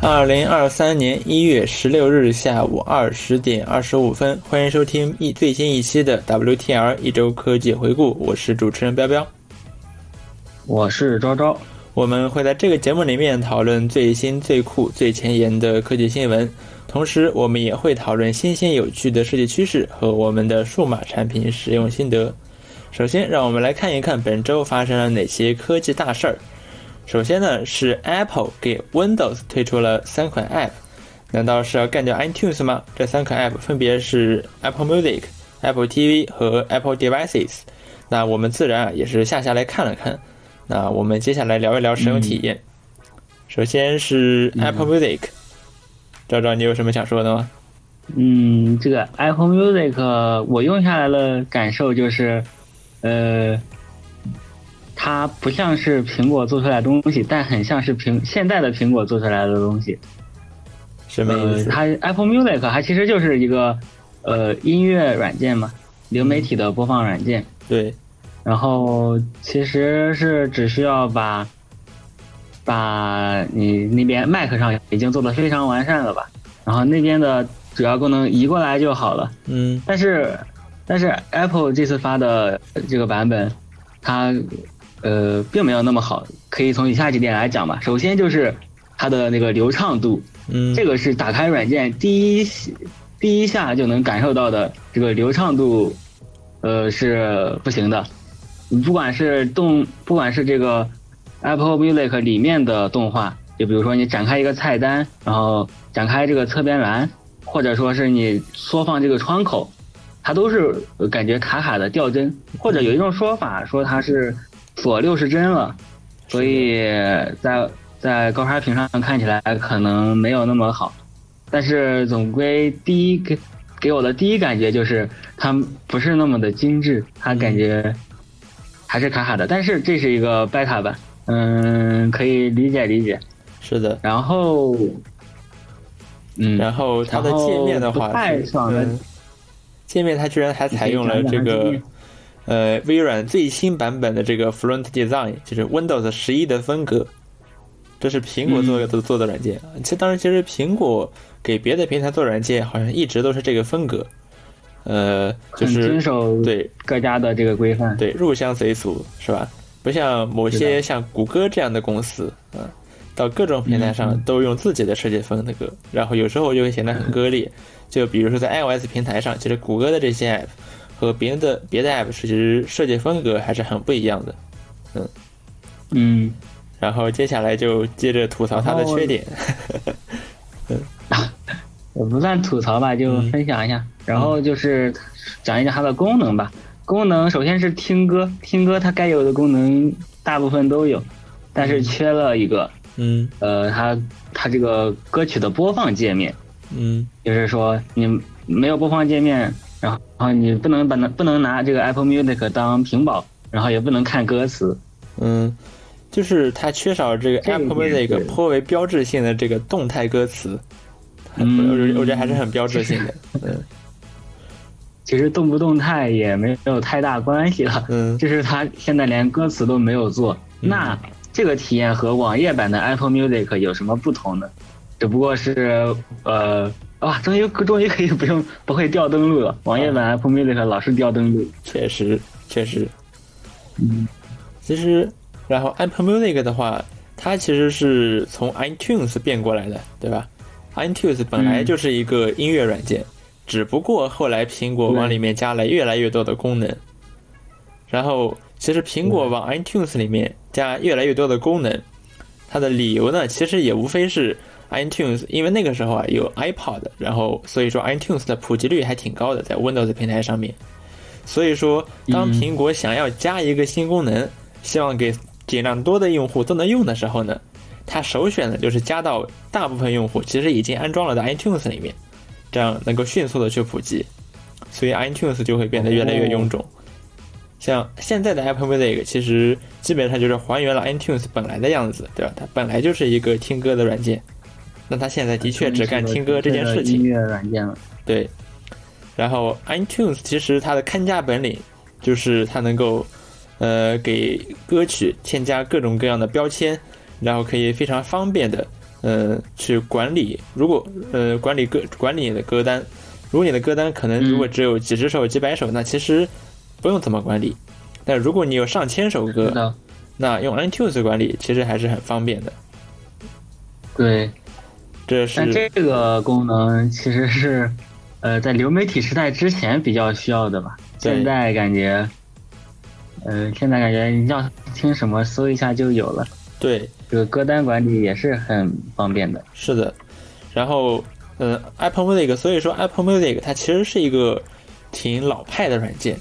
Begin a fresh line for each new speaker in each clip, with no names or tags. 二零二三年一月十六日下午二十点二十五分，欢迎收听一最新一期的 WTR 一周科技回顾，我是主持人彪彪。
我是昭昭，
我们会在这个节目里面讨论最新、最酷、最前沿的科技新闻，同时我们也会讨论新鲜有趣的设计趋势和我们的数码产品使用心得。首先，让我们来看一看本周发生了哪些科技大事儿。首先呢，是 Apple 给 Windows 推出了三款 App，难道是要干掉 iTunes 吗？这三款 App 分别是 Apple Music、Apple TV 和 Apple Devices。那我们自然啊也是下下来看了看。那我们接下来聊一聊使
嗯
用体验。首先是 Apple Music，昭昭、你有什么想说的吗？
嗯，这个 Apple Music 呃我用下来的感受就是，呃，它不像是苹果做出来的东西，但很像是苹现在的苹果做出来的东西。
什么意
呃，
思？
它 Apple Music 它其实就是一个呃音乐软件嘛，流媒体的播放软件。
对，
然后其实是只需要把把你那边 Mac 上已经做的非常完善了吧，然后那边的主要功能移过来就好了。
嗯，
但是但是 Apple 这次发的这个版本，它呃并没有那么好，可以从以下几点来讲吧。首先就是它的那个流畅度，
嗯，
这个是打开软件第一第一下就能感受到的这个流畅度，呃是不行的。你不管是动，不管是这个 Apple Music 里面的动画，就比如说你展开一个菜单，然后展开这个侧边栏，或者说是你缩放这个窗口，它都是呃感觉卡卡的掉帧，或者有一种说法说它是锁六十帧了，所以在在高刷屏上看起来可能没有那么好，但是总归第一给给我的第一感觉就是它不是那么的精致，它
嗯
感觉还是卡卡的，但是这是一个 beta 版，嗯，可以理解理解。
是的。
然后，嗯，
然后它的界面的话
然后不太
是，
爽的
嗯，界面它居然还采用了这
你可以讲讲它的界
个
面
呃微软最新版本的这个 Fluent Design，就是 Windows 十一的风格。这是苹果做的、做的软件，其实当然，其实苹果给别的平台做软件，好像一直都是这个风格，呃，就
很遵
是
守
对
各家的这个规范。
对，入乡随俗是吧？不像某
是
些像谷歌这样的公司，嗯、到各种平台
嗯
上都用自己的设计风格，然后有时候就会显得很割 裂。就比如说在 iOS 平台上，其实谷歌的这些 app 和别的别的 app 其实设计风格还是很不一样的。
嗯，
然后接下来就接着吐槽它的
然后
缺 点，
我不算吐槽吧，就
嗯
分享一下，然后就是讲一讲它的功能吧。功能首先是听歌，听歌它该有的功能大部分都有，但是缺了一个，
嗯
呃，它它这个歌曲的播放界面，
嗯
就是说你没有播放界面，然后你不能把那不能拿这个 Apple Music 当屏保，然后也不能看歌词。
嗯，就是它缺少这个
这一
Apple
点
Music
对
颇为标志性的这个动态歌词，我
嗯
我觉得我觉得还是很标志性 的，嗯
其实动不动态也没有太大关系了。
嗯
就是它现在连歌词都没有做，
嗯
那这个体验和网页版的 Apple Music 有什么不同呢？只不过是呃，啊，终于终于可以不用 不会掉登录了，网页
啊
版 Apple Music 老是掉登录。
确实确实，
嗯，
其实，然后 Apple Music 的话，它其实是从 iTunes 变过来的，对吧？iTunes 本来就是一个音乐软件，只不过后来苹果往里面加了越来越多的功能。然后，其实苹果往 iTunes 里面加越来越多的功能，它的理由呢，其实也无非是 iTunes，因为那个时候啊有 iPod，然后所以说 iTunes 的普及率还挺高的，在 Windows 平台上面。所以说，当
嗯
苹果想要加一个新功能，希望给尽量多的用户都能用的时候呢，它首选的就是加到大部分用户其实已经安装了的 iTunes 里面，这样能够迅速的去普及，所以 iTunes 就会变得越来越臃肿。像现在的 Apple Music 其实基本上就是还原了 iTunes 本来的样子，对吧？它本来就是一个听歌的软件，那它现在的确只干听歌这件事情
音。乐软件了。
对，然后 iTunes 其实它的看家本领就是它能够，呃，给歌曲添加各种各样的标签，然后可以非常方便的呃去管理。如果呃管理歌管理你的歌单，如果你的歌单可能
嗯
如果只有几十首、几百首，那其实不用怎么管理。但如果你有上千首
是
歌，
的，
那用 iTunes 管理其实还是很方便的。
对。
这
但
是
这个功能其实是，呃，在流媒体时代之前比较需要的吧。
对
现在感觉，呃，现在感觉你要听什么，搜一下就有了。
对，
这个歌单管理也是很方便的。
是的。然后，嗯、a p p l e Music，所以说 Apple Music 它其实是一个挺老派的软件。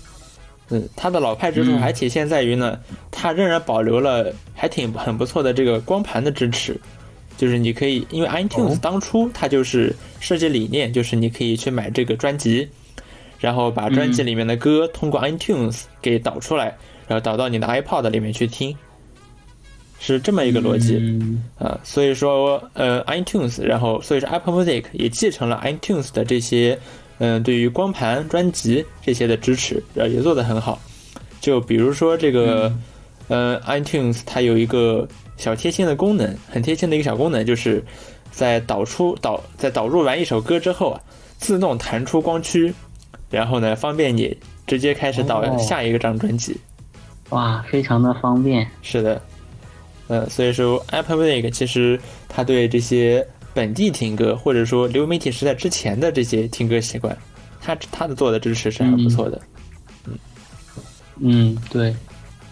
嗯，它的老派之处
嗯
还体现在于呢，它仍然保留了还挺很不错的这个光盘的支持，就是你可以，因为 iTunes
哦
当初它就是设计理念就是你可以去买这个专辑，然后把专辑
嗯
里面的歌通过 iTunes 给导出来，然后导到你的 iPod 里面去听，是这么一个逻辑。
嗯
啊，所以说呃 iTunes，然后所以说 Apple Music 也继承了 iTunes 的这些嗯、呃对于光盘、专辑这些的支持，然后也做得很好。就比如说这个、呃 iTunes 它有一个小贴心的功能，很贴心的一个小功能，就是在导出导在导入完一首歌之后啊，自动弹出光驱，然后呢方便你直接开始导
哦
下一个张专辑。
哇，非常的方便。
是的，呃，所以说 Apple Music 其实它对这些本地听歌，或者说流媒体时代之前的这些听歌习惯，它它的做的支持是很不错的。
嗯，对。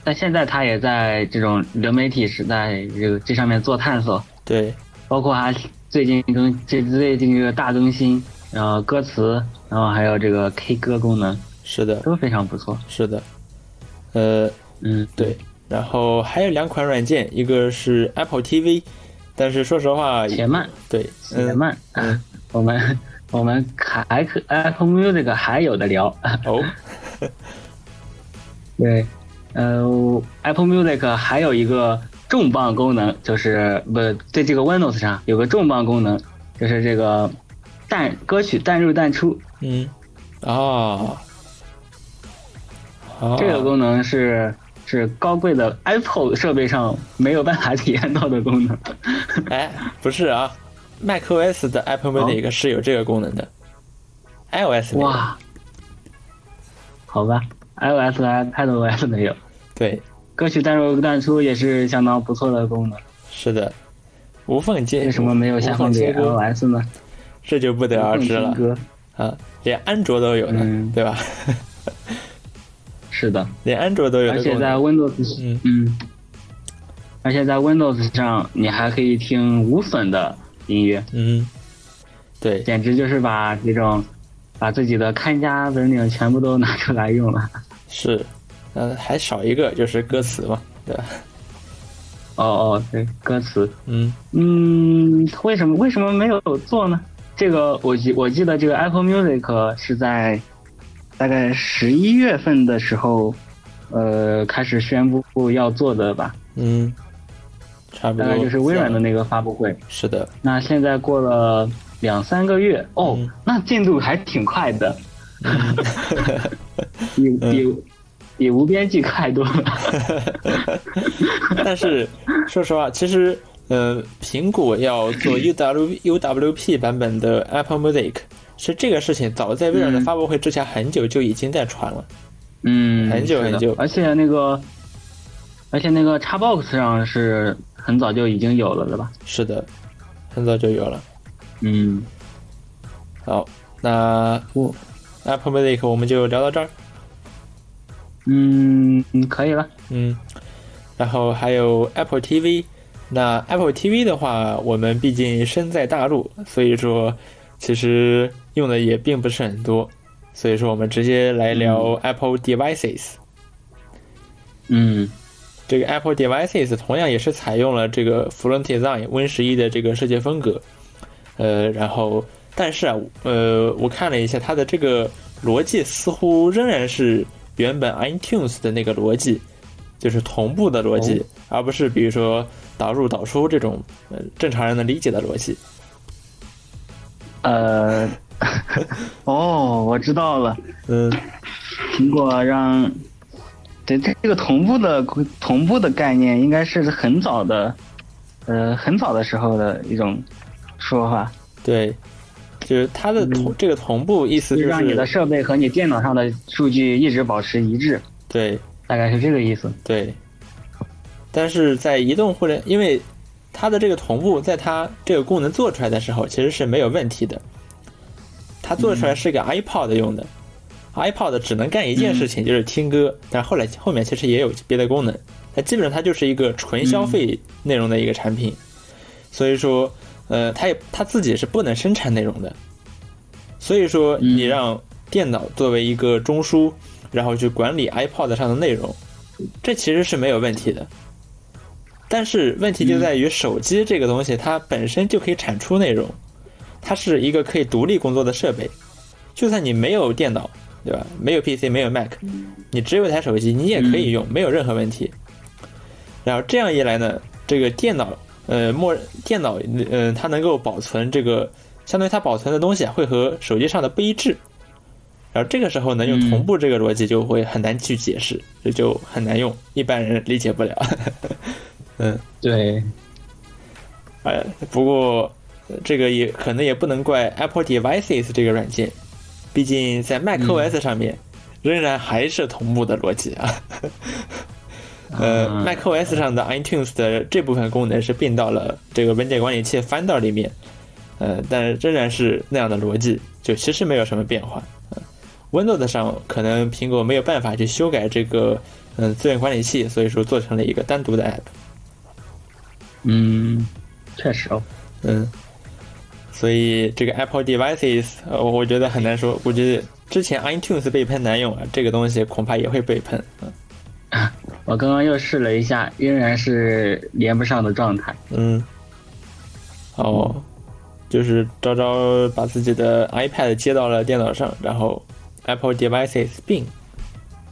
但现在它也在这种流媒体时代这个这上面做探索，
对，
包括它最近更这最近这个大更新，然后歌词，然后还有这个 K 歌功能
是的，
都非常不错。
是的，呃，
嗯，
对。然后还有两款软件，一个是 Apple TV，但是说实话，
且慢，
对，
且
嗯，
慢， 我们我们还可 Apple Music 还有的聊。
哦，
对，呃，Apple Music 还有一个重磅功能，就是不对这个 Windows 上有个重磅功能，就是这个淡歌曲淡入淡出。
嗯，啊，啊，
这个功能是是高贵的 Apple 设备上没有办法体验到的功能。
哎，不是啊，macOS 的 Apple Music 是有这个功能的，iOS 没有
哦哇，好吧，iOS 和 iPadOS 没有。
对，
歌曲淡入淡出也是相当不错的功能，
是的，无缝接
为什么没有下放
无缝
给
切割，
iOS 呢？
这就不得而知
啊无缝
了
切割
啊！连安卓都有呢，
嗯
对吧？
是的，
连安卓都有
而
的
且
功
在
能，
Windows，
嗯，
嗯，而且在 Windows 上，你还可以听无损的音乐，
嗯，对，
简直就是把这种把自己的看家本领全部都拿出来用了。
是，嗯、还少一个就是歌词嘛，对吧？
哦哦，对，歌词，
嗯，
嗯，为什么为什么没有做呢？这个我记我记得这个 Apple Music 是在大概十一月份的时候，呃，开始宣布要做的吧，
嗯，差不
大
多，
概就是微软的那个发布会。
是的，
那现在过了两三个月哦，
嗯
那进度还挺快的， 比
嗯
比比无边际快多 了。
但是说实话，其实呃，苹果要做 UW UWP 版本的 Apple Music，其实这个事情早在微软的
嗯
发布会之前很久就已经在传了。
嗯，
很久
是的
很久
而且那个，而且那个 Xbox 上是很早就已经有了的吧？
是的，很早就有了。
嗯，
好，那
我
Apple Music 我们就聊到这儿。
嗯嗯可以了。
嗯，然后还有 Apple TV。那 Apple TV 的话，我们毕竟身在大陆，所以说其实用的也并不是很多，所以说我们直接来聊 Apple Devices。
嗯
这个 Apple Devices 同样也是采用了这个 Fluent Design Win 十一的这个设计风格，呃，然后但是啊，呃，我看了一下它的这个逻辑似乎仍然是原本 iTunes 的那个逻辑，就是同步的逻
哦
辑，而不是比如说导入导出这种呃正常人能理解的逻辑。
呃， 哦，我知道了。
嗯，
苹果让，对这这个同步的同步的概念，应该是很早的，呃很早的时候的一种说法，
对，就是它的同、这个同步意思
嗯就是
就
让你的
是
设备和你电脑上的数据一直保持一致，
对
大概是这个意思。
对，但是在移动互联，因为它的这个同步，在它这个功能做出来的时候，其实是没有问题的。它做出来是给 iPod 用的、i p o d 只能干一件事情，就是听歌。但后来后面其实也有别的功能，但基本上它就是一个纯消费内容的一个产品。所以说，呃，它也它自己是不能生产内容的。所以说，
嗯
你让电脑作为一个中枢，然后去管理 iPod 上的内容，这其实是没有问题的。但是问题就在于手机这个东西，它本身就可以产出内容，它是一个可以独立工作的设备。就算你没有电脑，对吧？没有 PC，没有 Mac，你只有一台手机，你也可以用，没有任何问题。然后这样一来呢，这个电脑，呃，默电脑，呃，它能够保存这个，相当于它保存的东西啊会和手机上的不一致。然后这个时候呢，用
嗯
同步这个逻辑就会很难去解释，这就很难用，一般人理解不了。嗯，
对，
哎，不过呃这个也可能也不能怪 Apple Devices 这个软件，毕竟在 macOS 上面、仍然还是同步的逻辑啊。呃、
啊
m a c o s 上的 iTunes 的这部分功能是并到了这个文件管理器 Finder 里面，呃，但仍然是那样的逻辑，就其实没有什么变化。呃、Windows 上可能苹果没有办法去修改这个嗯、呃资源管理器，所以说做成了一个单独的 app。
嗯，确实哦，
嗯，所以这个 Apple Devices，呃，我我觉得很难说。我觉得之前 iTunes 被喷难用啊，这个东西恐怕也会被喷。嗯
我刚刚又试了一下，仍然是连不上的状态。
嗯，哦，就是昭昭把自己的 iPad 接到了电脑上，然后 Apple Devices 并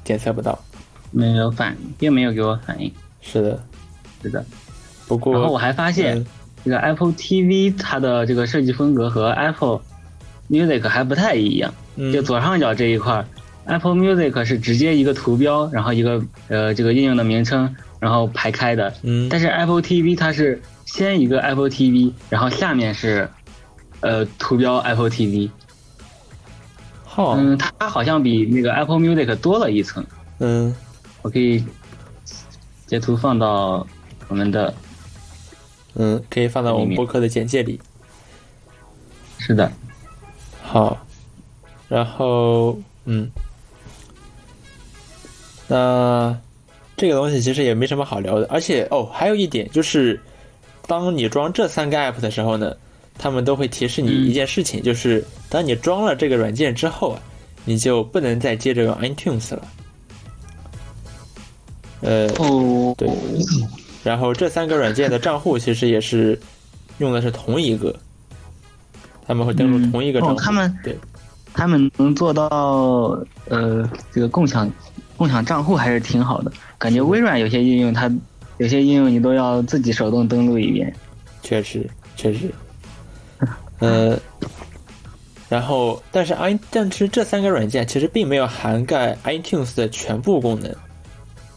检测不到。
没有反应，并没有给我反应。
是的，
是的，
不过
然后我还发现、
嗯
这个 Apple TV 它的这个设计风格和 Apple Music 还不太一样。
嗯
就左上角这一块儿，Apple Music 是直接一个图标，然后一个呃这个应用的名称，然后排开的。
嗯
但是 Apple TV 它是先一个 Apple TV，然后下面是呃图标 Apple TV。
好
嗯，它好像比那个 Apple Music 多了一层。
嗯
我可以截图放到我们的，
嗯，可以放到我们播客的简介里。
是的，
好，然后嗯，那这个东西其实也没什么好聊的，而且哦，还有一点就是，当你装这三个 app 的时候呢，他们都会提示你
嗯
一件事情，就是当你装了这个软件之后啊，你就不能再接着用 iTunes 了。呃，
哦，
对，然后这三个软件的账户其实也是用的是同一个，他们会登录同一个账户。
哦，他们
对，
他们能做到呃这个共享共享账户还是挺好的，感觉微软有些应用它有些应用你都要自己手动登录一遍，
确实，确实， 呃，然后但是 i 但是这三个软件其实并没有涵盖 iTunes 的全部功能，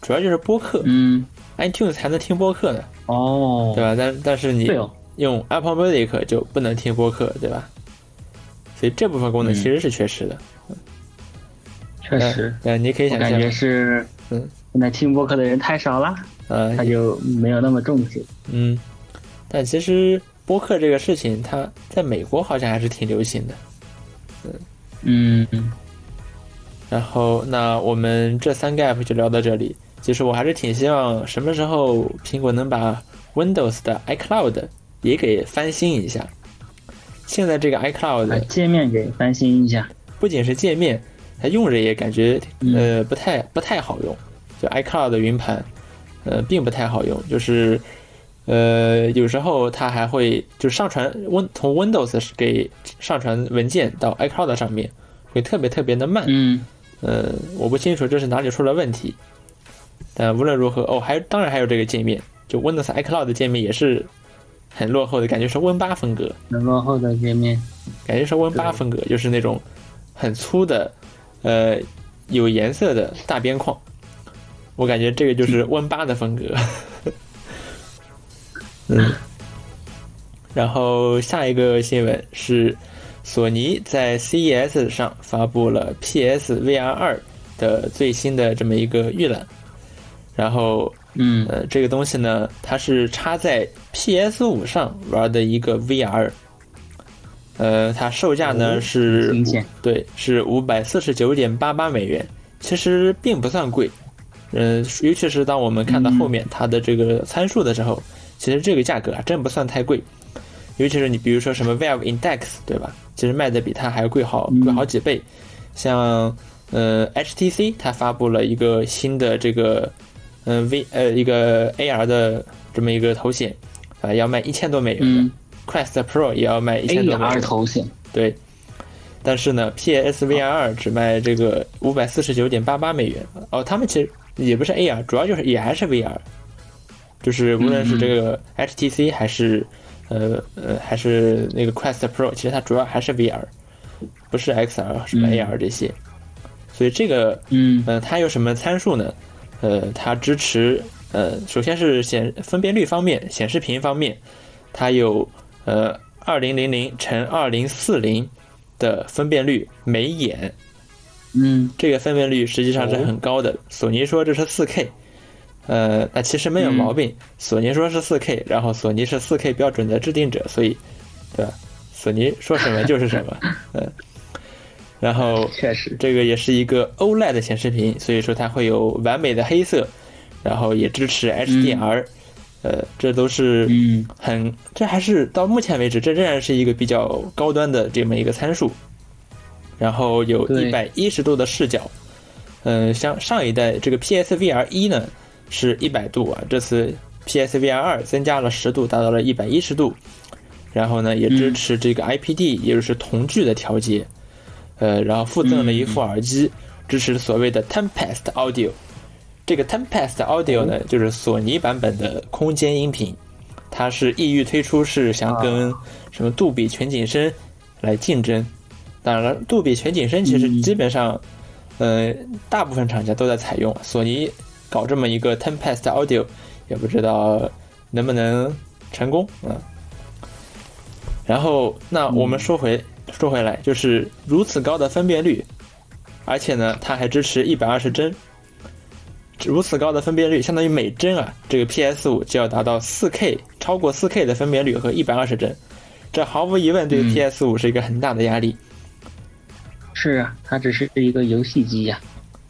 主要就是播客、
嗯，
i t u n e s 还能听播客呢，
哦
对吧？但但是你
对哦，
用 Apple Music 就不能听播客，对吧？所以这部分功能
嗯
其实是缺失的。
确实，
呃，你可以
哎
想
我感
象
觉，是
嗯
现在听播客的人太少了，
呃
他，就没有那么重视，
嗯，但其实播客这个事情，它在美国好像还是挺流行的。
嗯，
然后，那我们这三个 app 就聊到这里。其实我还是挺希望什么时候苹果能把 Windows 的 iCloud 也给翻新一下。现在这个
把
iCloud
界面给翻新一下，
不仅是界面，它用着也感觉
嗯
呃不太不太好用。就 iCloud 的云盘，呃，并不太好用，就是呃有时候它还会就上传 Win 从 Windows 给上传文件到 iCloud 上面，会特别特别的慢。
嗯
呃，我不清楚这是哪里出了问题，但无论如何，哦，还有当然还有这个界面，就 Windows iCloud 的界面也是很落后的，感觉是 Win 八风格，
那落后的界面，
感觉是 Win 八
对
风格，就是那种很粗的，呃，有颜色的大边框，我感觉这个就是 Win 八的风格。嗯，然后下一个新闻是，索尼在 CES 上发布了 PS VR 二的最新的这么一个预览，然后
嗯
呃，这个东西呢，它是插在 PS 五上玩的一个 VR，呃，它售价呢、
哦
是
新鲜
对是五百四十九点八八美元，其实并不算贵，嗯、尤其是当我们看到
嗯
后面它的这个参数的时候，其实这个价格啊真不算太贵，尤其是你比如说什么 Valve Index 对吧？其实卖的比它还贵好
嗯
贵好几倍，像呃 HTC 它发布了一个新的这个嗯、V 呃一个 AR 的这么一个头显，啊、要卖一千多美元的、
嗯
Quest Pro 也要卖一千多美
，AR
元，
头显，
对。但是呢，PSVR 二只卖这个五百四十九点八八美元。哦，他们其实也不是 AR，主要就是也还是 VR，就是无论是这个 HTC 还是呃呃还是那个 Quest Pro，其实它主要还是 VR，不是 XR 什么
嗯
AR 这些。所以这个
嗯
呃，它有什么参数呢？呃，它支持呃，首先是显分辨率方面，显示屏方面，它有呃二零零零乘二零四零的分辨率每眼，
嗯
这个分辨率实际上是很高的。索尼说这是四 K，呃，那其实没有
嗯
毛病。索尼说是四 K，然后索尼是四 K 标准的制定者，所以，对吧？索尼说什么就是什么，嗯。然后
确实，
这个也是一个 OLED 的显示屏，所以说它会有完美的黑色，然后也支持 HDR，、呃，这都是
嗯
很，这还是到目前为止，这仍然是一个比较高端的这么一个参数。然后有一
对
百一十度的视角，嗯、像上一代这个 PSVR 一呢是一百度啊，这次 PSVR 二增加了十度，达到了一百一十度。然后呢，也支持这个 IPD，、也就是瞳距的调节。呃，然后附赠了一副耳机，支持所谓的 Tempest Audio。这个 Tempest Audio 呢，就是索尼版本的空间音频，它是意欲推出，是想跟什么杜比全景声来竞争。当然了，杜比全景声其实
嗯
基本上，呃，大部分厂家都在采用。索尼搞这么一个 Tempest Audio，也不知道能不能成功啊、嗯然后，那我们说回、说回来，就是如此高的分辨率，而且呢，它还支持一百二十帧，如此高的分辨率，相当于每帧啊，这个 PS 五就要达到四 K，超过四 K 的分辨率和一百二十帧，这毫无疑问对
嗯
PS 五是一个很大的压力。
是啊，它只是一个游戏机呀、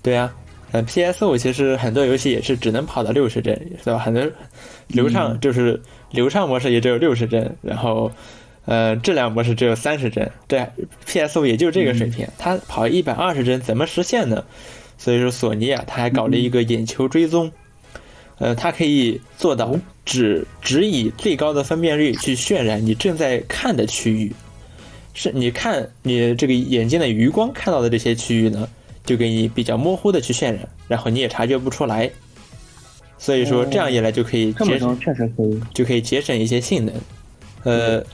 对啊，嗯，PS 五其实很多游戏也是只能跑到六十帧，对吧？很多流畅就是流畅模式也只有六十帧，然后呃质量模式只有三十帧，对，PS 五也就这个水平，它跑一百二十帧怎么实现呢？所以说索尼啊，它还搞了一个眼球追踪，呃，它可以做到只只以最高的分辨率去渲染你正在看的区域，是你看你这个眼睛的余光看到的这些区域呢，就给你比较模糊的去渲染，然后你也察觉不出来。所以说
哦
这样一来就可以
这么
节省
说确实可以。
就可以节省一些性能。呃，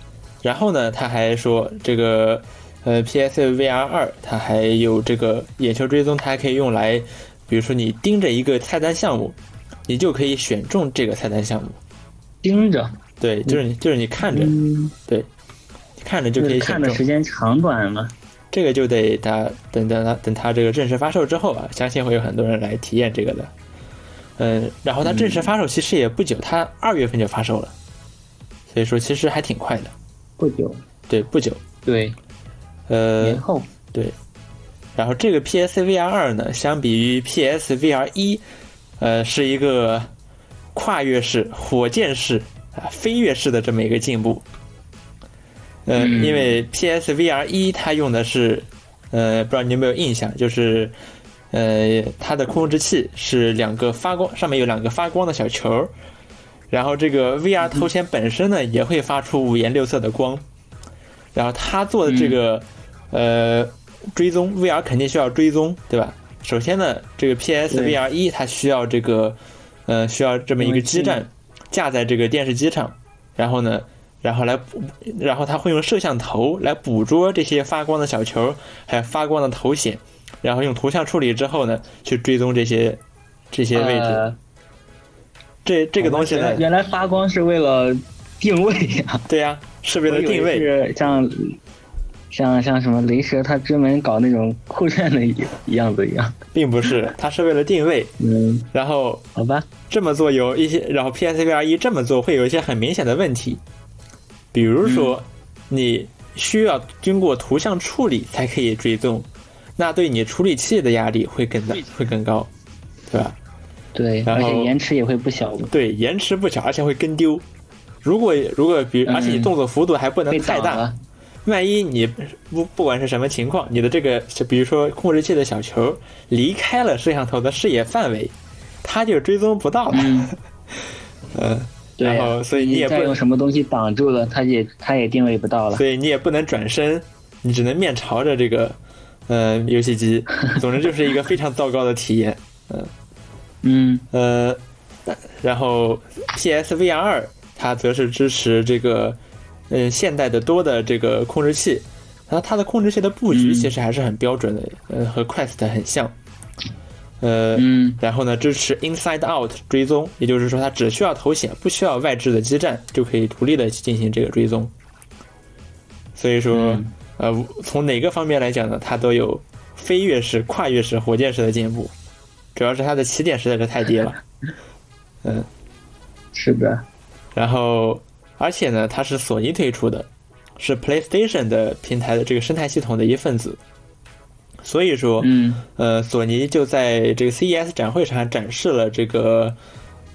然后呢，他还说这个呃 PSVR 二，它还有这个眼球追踪，它还可以用来，比如说你盯着一个菜单项目，你就可以选中这个菜单项目。
盯着，
对，就是你就是你看着
嗯，
看着就
就
可以
是
选
看的
中
时。间长短嘛。
这个就得他等等他等他这个正式发售之后啊，相信会有很多人来体验这个的。嗯，然后它正式发售其实也不久，它二月份就发售了，所以说其实还挺快的。
不久，
对，不久。
对，
呃
年，后，
对。然后这个 PSVR 二呢，相比于 PSVR 一，呃，是一个跨越式、火箭式啊、飞跃式的这么一个进步。呃，
嗯
因为 PSVR 一它用的是，呃，不知道你有没有印象，就是，呃，它的控制器是两个发光，上面有两个发光的小球儿，然后这个 VR 头显本身呢也会发出五颜六色的光，然后它做的这个、呃追踪 VR 肯定需要追踪，对吧？首先呢，这个 PSVR 一它需要这个呃需要这么一个基站架在这个电视机上，然后呢，然后来捕，然后它会用摄像头来捕捉这些发光的小球，还有发光的头显，然后用图像处理之后呢，去追踪这些这些位置。
呃
这这个东西呢，
原来原来发光是为了定位呀、啊
对呀、设备
我
的
以
定
为
位，
是像像像什么雷蛇，他专门搞那种酷炫的一样子一样。
并不是，它是为了定位。
嗯，
然后
好吧，
这么做有一些，然后 PSVR 一这么做会有一些很明显的问题，比如说、
嗯
你需要经过图像处理才可以追踪，那对你处理器的压力会更大，会更高，对吧？
对，
然
而
后
且延迟也会不小嘛，
对，延迟不巧，而且会跟丢。如果如果比，
嗯
而且你动作幅度还不能
被
太
挡
大，
了。
万一你不不管是什么情况，你的这个是比如说控制器的小球离开了摄像头的视野范围，它就追踪不到了。
嗯，
嗯，
对
然
呀、
后所以你也不
再用什么东西挡住了，它也它也定位不到了。
所以你也不能转身，你只能面朝着这个，呃，游戏机。总之就是一个非常糟糕的体验。
嗯，
呃，然后 PSVR 二它则是支持这个，嗯，现代的多的这个控制器。然后它的控制器的布局
嗯
其实还是很标准的，呃，和 Quest 很像。呃，
嗯
然后呢，支持 Inside Out 追踪，也就是说它只需要头显，不需要外置的基站，就可以独立的进行这个追踪。所以说，
嗯
呃，从哪个方面来讲呢，它都有飞跃式、跨越式、火箭式的进步。主要是它的起点实在是太低了，嗯，
是的，
然后而且呢，它是索尼推出的，是 PlayStation 的平台的这个生态系统的一份子，所以说，
嗯
呃，索尼就在这个 CES 展会上展示了这个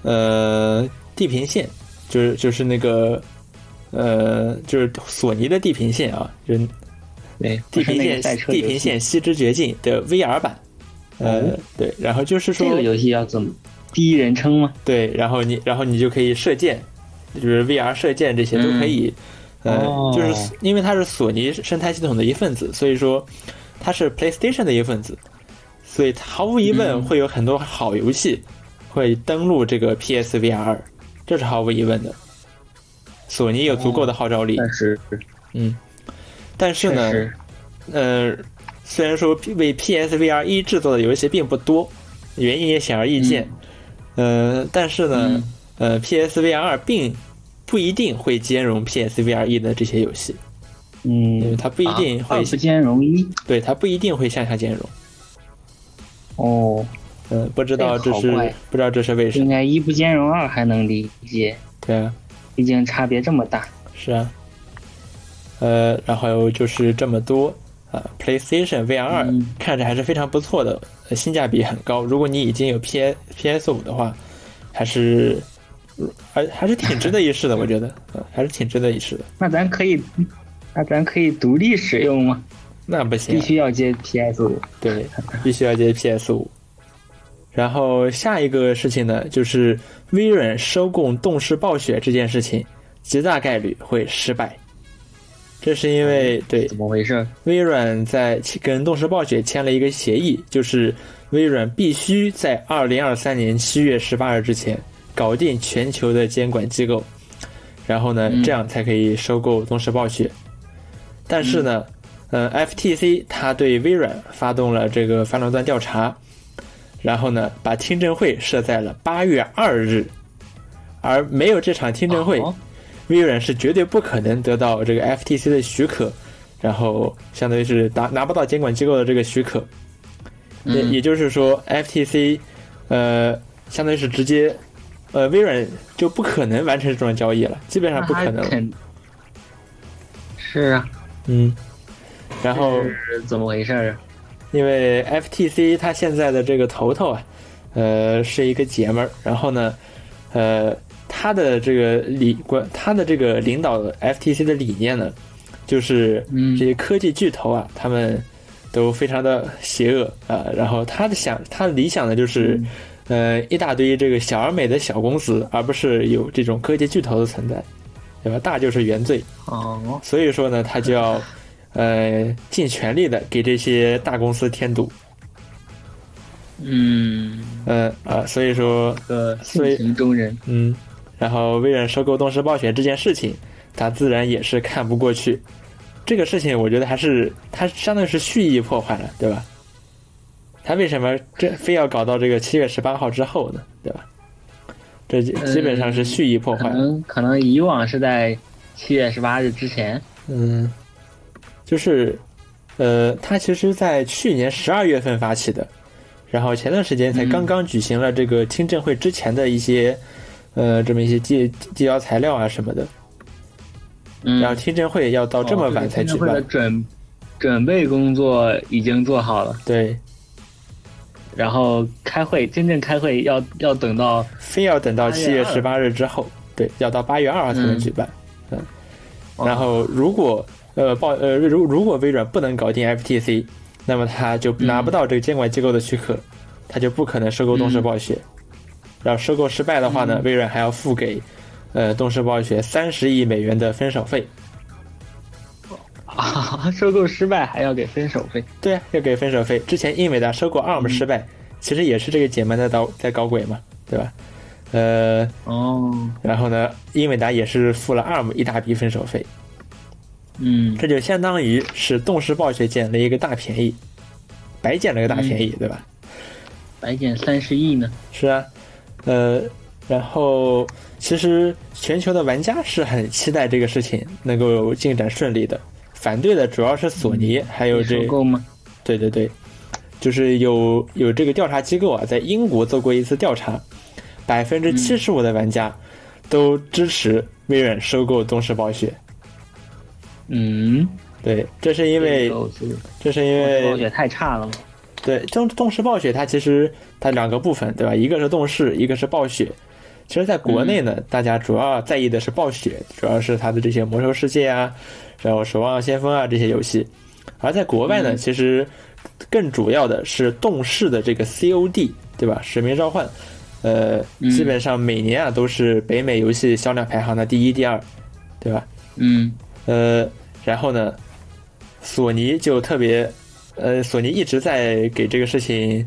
呃地平线，就是就是那个呃就是索尼的地平线啊，就是
对，不
地
是
平
那个
线
赛车
地
游
平
戏
线西之绝境的 VR 版。呃
哦，
对，然后就是说，
这个游戏要怎么第一人称吗？
对，然后你然后你就可以射箭，就是 VR 射箭这些都可以，
嗯
呃，
哦
就是因为它是索尼生态系统的一份子，所以说它是 PlayStation 的一份子，所以毫无疑问
嗯
会有很多好游戏会登录这个 PSVR，这是毫无疑问的。索尼有足够的号召力，
但是
嗯，但是
确
呢，
实，
呃，虽然说 P- 为 PSVR 一制作的游戏并不多，原因也显而易见。
嗯
呃，但是呢，呃，PSVR 二并不一定会兼容 PSVR 一的这些游戏，因为
嗯，
它不一定会，
二不兼容一
对它不一定会向下兼容。
哦，
嗯、不知道
哎
这是
好怪
不知道这是为什
应
么？
该一不兼容二还能理解，
对啊，
毕竟差别这么大。
是啊。呃，然后就是这么多啊，PlayStation VR 二、
嗯
看着还是非常不错的，呃性价比很高。如果你已经有 P PS 五的话，还是还还是挺值得一 试的，我觉得，嗯，还是挺值得一试的。
那咱可以，那咱可以独立使用吗？
那不行
必
啊，
须要接 PS 五。
对，必须要接 PS 五。然后下一个事情呢，就是微软收购动视暴雪这件事情，极大概率会失败。这是因为对
怎么回事？
微软在跟动视暴雪签了一个协议，就是微软必须在二零二三年七月十八日之前搞定全球的监管机构，然后呢，
嗯
这样才可以收购动视暴雪。但是呢，
嗯
呃，FTC 它对微软发动了这个反垄断调查，然后呢，把听证会设在了八月二日，而没有这场听证会，
哦
微软是绝对不可能得到这个 FTC 的许可，然后相当于是拿拿不到监管机构的这个许可，也、
嗯
也就是说 FTC，呃，相当于是直接，呃，微软就不可能完成这种交易了，基本上不可能
那啊
了
还肯。是啊，
嗯，然后
这是怎么回事儿啊？
因为 FTC 它现在的这个头头啊，呃，是一个姐们儿，然后呢，呃，他的这个理管，他的这个领导 FTC 的理念呢，就是
嗯
这些科技巨头啊，他们都非常的邪恶啊、然后他的想，他的理想呢就是。呃，一大堆这个小而美的小公司，而不是有这种科技巨头的存在，对吧？大就是原罪。
哦，
所以说呢，他就要呃尽全力的给这些大公司添堵，
嗯，
嗯啊、所以说
个
呃所以
性情中人，
嗯，然后微软收购动视暴雪这件事情，他自然也是看不过去。这个事情我觉得还是他相当于是蓄意破坏了，对吧？他为什么这非要搞到这个七月十八号之后呢？对吧？这基本上是蓄意破
可
坏。
能可能以往是在七月十八日之前。
嗯，就是，呃，它其实在去年十二月份发起的，然后前段时间才
嗯
刚刚举行了这个听证会之前的一些，呃，这么一些纪纪要材料啊什么的。
嗯，
然后听证会要到这么晚才举
哦这个听证会的
办，
准准备工作已经做好了，
对，
然后开会真正开会要要等到
非要等到
8
七
月
月
2
十八日之后，对，要到八月二号才能
嗯
举办。嗯，
哦
然后如果呃报呃如如果微软不能搞定 FTC，那么他就拿不到这个监管机构的许可，他就不可能收购动视暴雪。
嗯
然后收购失败的话呢，微软还要付给呃动视暴雪三十亿美元的分手费。
啊收购失败还要给分手费。
对啊，要给分手费。之前英伟达收购 ARM 失
嗯
败，其实也是这个姐们在搞在搞鬼嘛，对吧？呃，
哦，
然后呢，英伟达也是付了 ARM 一大笔分手费，
嗯
这就相当于是动视暴雪捡了一个大便宜，白捡了个大便宜，
嗯
对吧？
白减三十亿呢。
是啊，呃，然后其实全球的玩家是很期待这个事情能够进展顺利的，反对的主要是索尼，还有这
嗯收购吗？
对对对，就是有有这个调查机构啊，在英国做过一次调查，百分之七十五的玩家都支持微软收购动视暴雪。
嗯，
对，这是因为
这个我觉得
这是因
暴
为
雪太差了嘛。
对动动视暴雪它其实它两个部分对吧？一个是动视，一个是暴雪。其实，在国
嗯
内呢，大家主要在意的是暴雪，主要是它的这些魔兽世界啊，然后守望先锋啊这些游戏。而在国外呢，
嗯
其实更主要的是动视的这个 COD 对吧？使命召唤，呃，
嗯
基本上每年啊都是北美游戏销量排行的第一、第二，对吧？
嗯
呃，然后呢，索尼就特别，呃，索尼一直在给这个事情，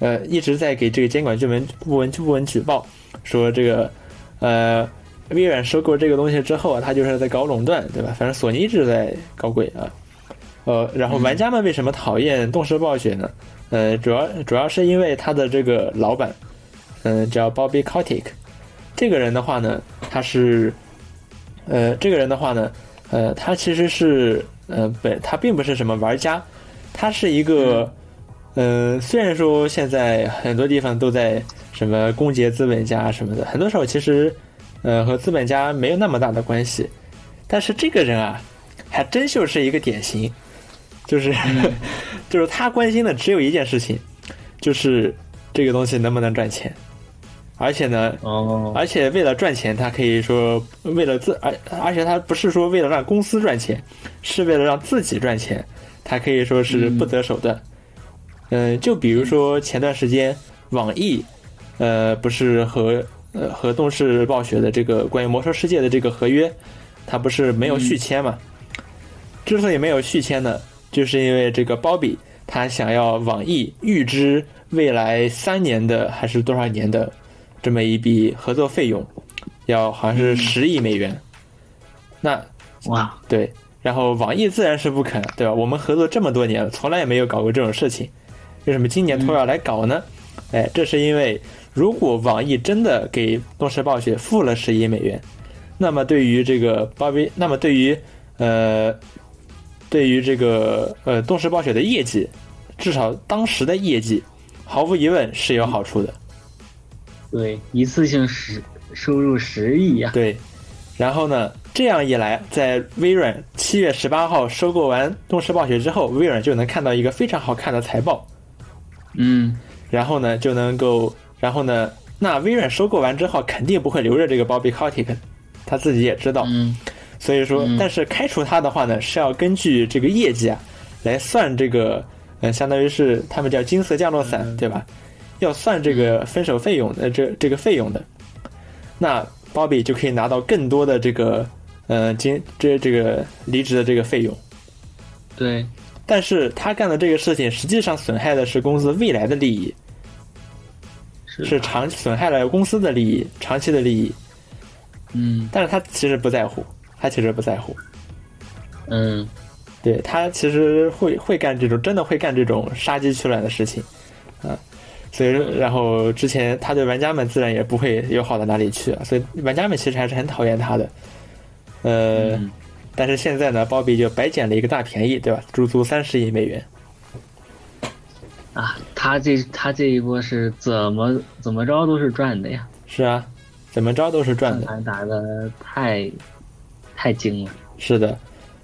呃，一直在给这个监管部门部门部门举报，说这个，呃，微软收购这个东西之后啊，它就是在搞垄断，对吧？反正索尼一直在搞鬼啊。呃，然后玩家们为什么讨厌动视暴雪呢？呃，主要主要是因为他的这个老板，嗯、叫 Bobby Kotick，这个人的话呢，他是，呃，这个人的话呢，呃，他其实是，呃，本他并不是什么玩家，他是一个，呃，虽然说现在很多地方都在什么攻讦资本家什么的，很多时候其实，呃，和资本家没有那么大的关系，但是这个人啊，还真就是一个典型，就是、就是他关心的只有一件事情，就是这个东西能不能赚钱，而且呢，
哦，
而且为了赚钱，他可以说为了自而而且他不是说为了让公司赚钱，是为了让自己赚钱，他可以说是不择手段。嗯、就比如说前段时间网易，呃，不是和呃和动视暴雪的这个关于魔兽世界的这个合约，他不是没有续签嘛？之所以没有续签呢，就是因为这个鲍比他想要网易预支未来三年的还是多少年的这么一笔合作费用，要好像是十亿美元。那
哇，
对，然后网易自然是不肯，对吧？我们合作这么多年了，从来也没有搞过这种事情，为什么今年突然来搞呢？哎，这是因为如果网易真的给动视暴雪付了十亿美元，那么对于这个鲍比，那么对于呃，对于这个呃动视暴雪的业绩，至少当时的业绩，毫无疑问是有好处的。
对，一次性十收入十亿啊呀、
对，然后呢，这样一来，在微软七月十八号收购完动视暴雪之后，微软就能看到一个非常好看的财报，
嗯，
然后呢就能够，然后呢，那微软收购完之后肯定不会留着这个 Bobby Kotick，他自己也知道，
嗯，
所以说，
嗯
但是开除他的话呢，是要根据这个业绩啊来算这个，呃，相当于是他们叫金色降落伞，
嗯
对吧？要算这个分手费用的、呃这这个费用的，那鲍比就可以拿到更多的这个，呃，金这这个离职的这个费用。
对，
但是他干的这个事情，实际上损害的是公司未来的利益，
是
是长损害了公司的利益，长期的利益。
嗯
但是他其实不在乎，他其实不在乎。
嗯
对他其实会会干这种，真的会干这种杀鸡取卵的事情，啊，所以说然后之前他对玩家们自然也不会友好到哪里去啊，所以玩家们其实还是很讨厌他的，呃，但是现在呢，鲍比就白捡了一个大便宜，对吧？足足三十亿美元。
啊，他这他这一波是怎么怎么着都是赚的呀，
是啊，怎么着都是赚
算
的。
盘打的太太精了。
是的，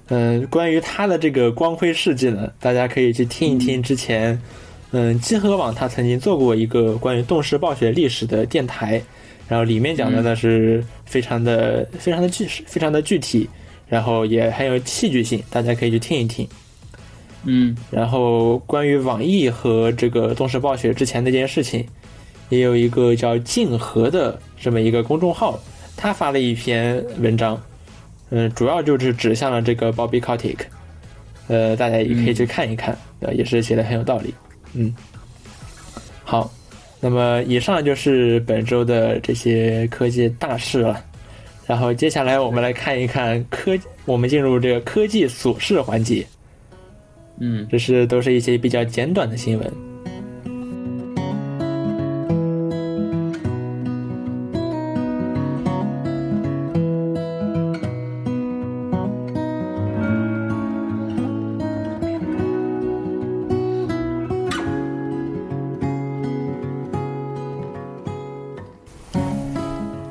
嗯、关于他的这个光辉事迹呢，大家可以去听一听之前，嗯，集合网他曾经做过一个关于动视暴雪历史的电台，然后里面讲的呢是非常的非常的具非常的具体，然后也很有戏剧性，大家可以去听一听。
嗯
然后关于网易和这个动视暴雪之前那件事情，也有一个叫静和的这么一个公众号，他发了一篇文章，嗯，主要就是指向了这个 Bobby Kotick，呃，大家也可以去看一看，呃，也是写的很有道理，嗯，好，那么以上就是本周的这些科技大事了。然后接下来我们来看一看科，我们进入这个科技琐事环节。
嗯，
这是都是一些比较简短的新闻。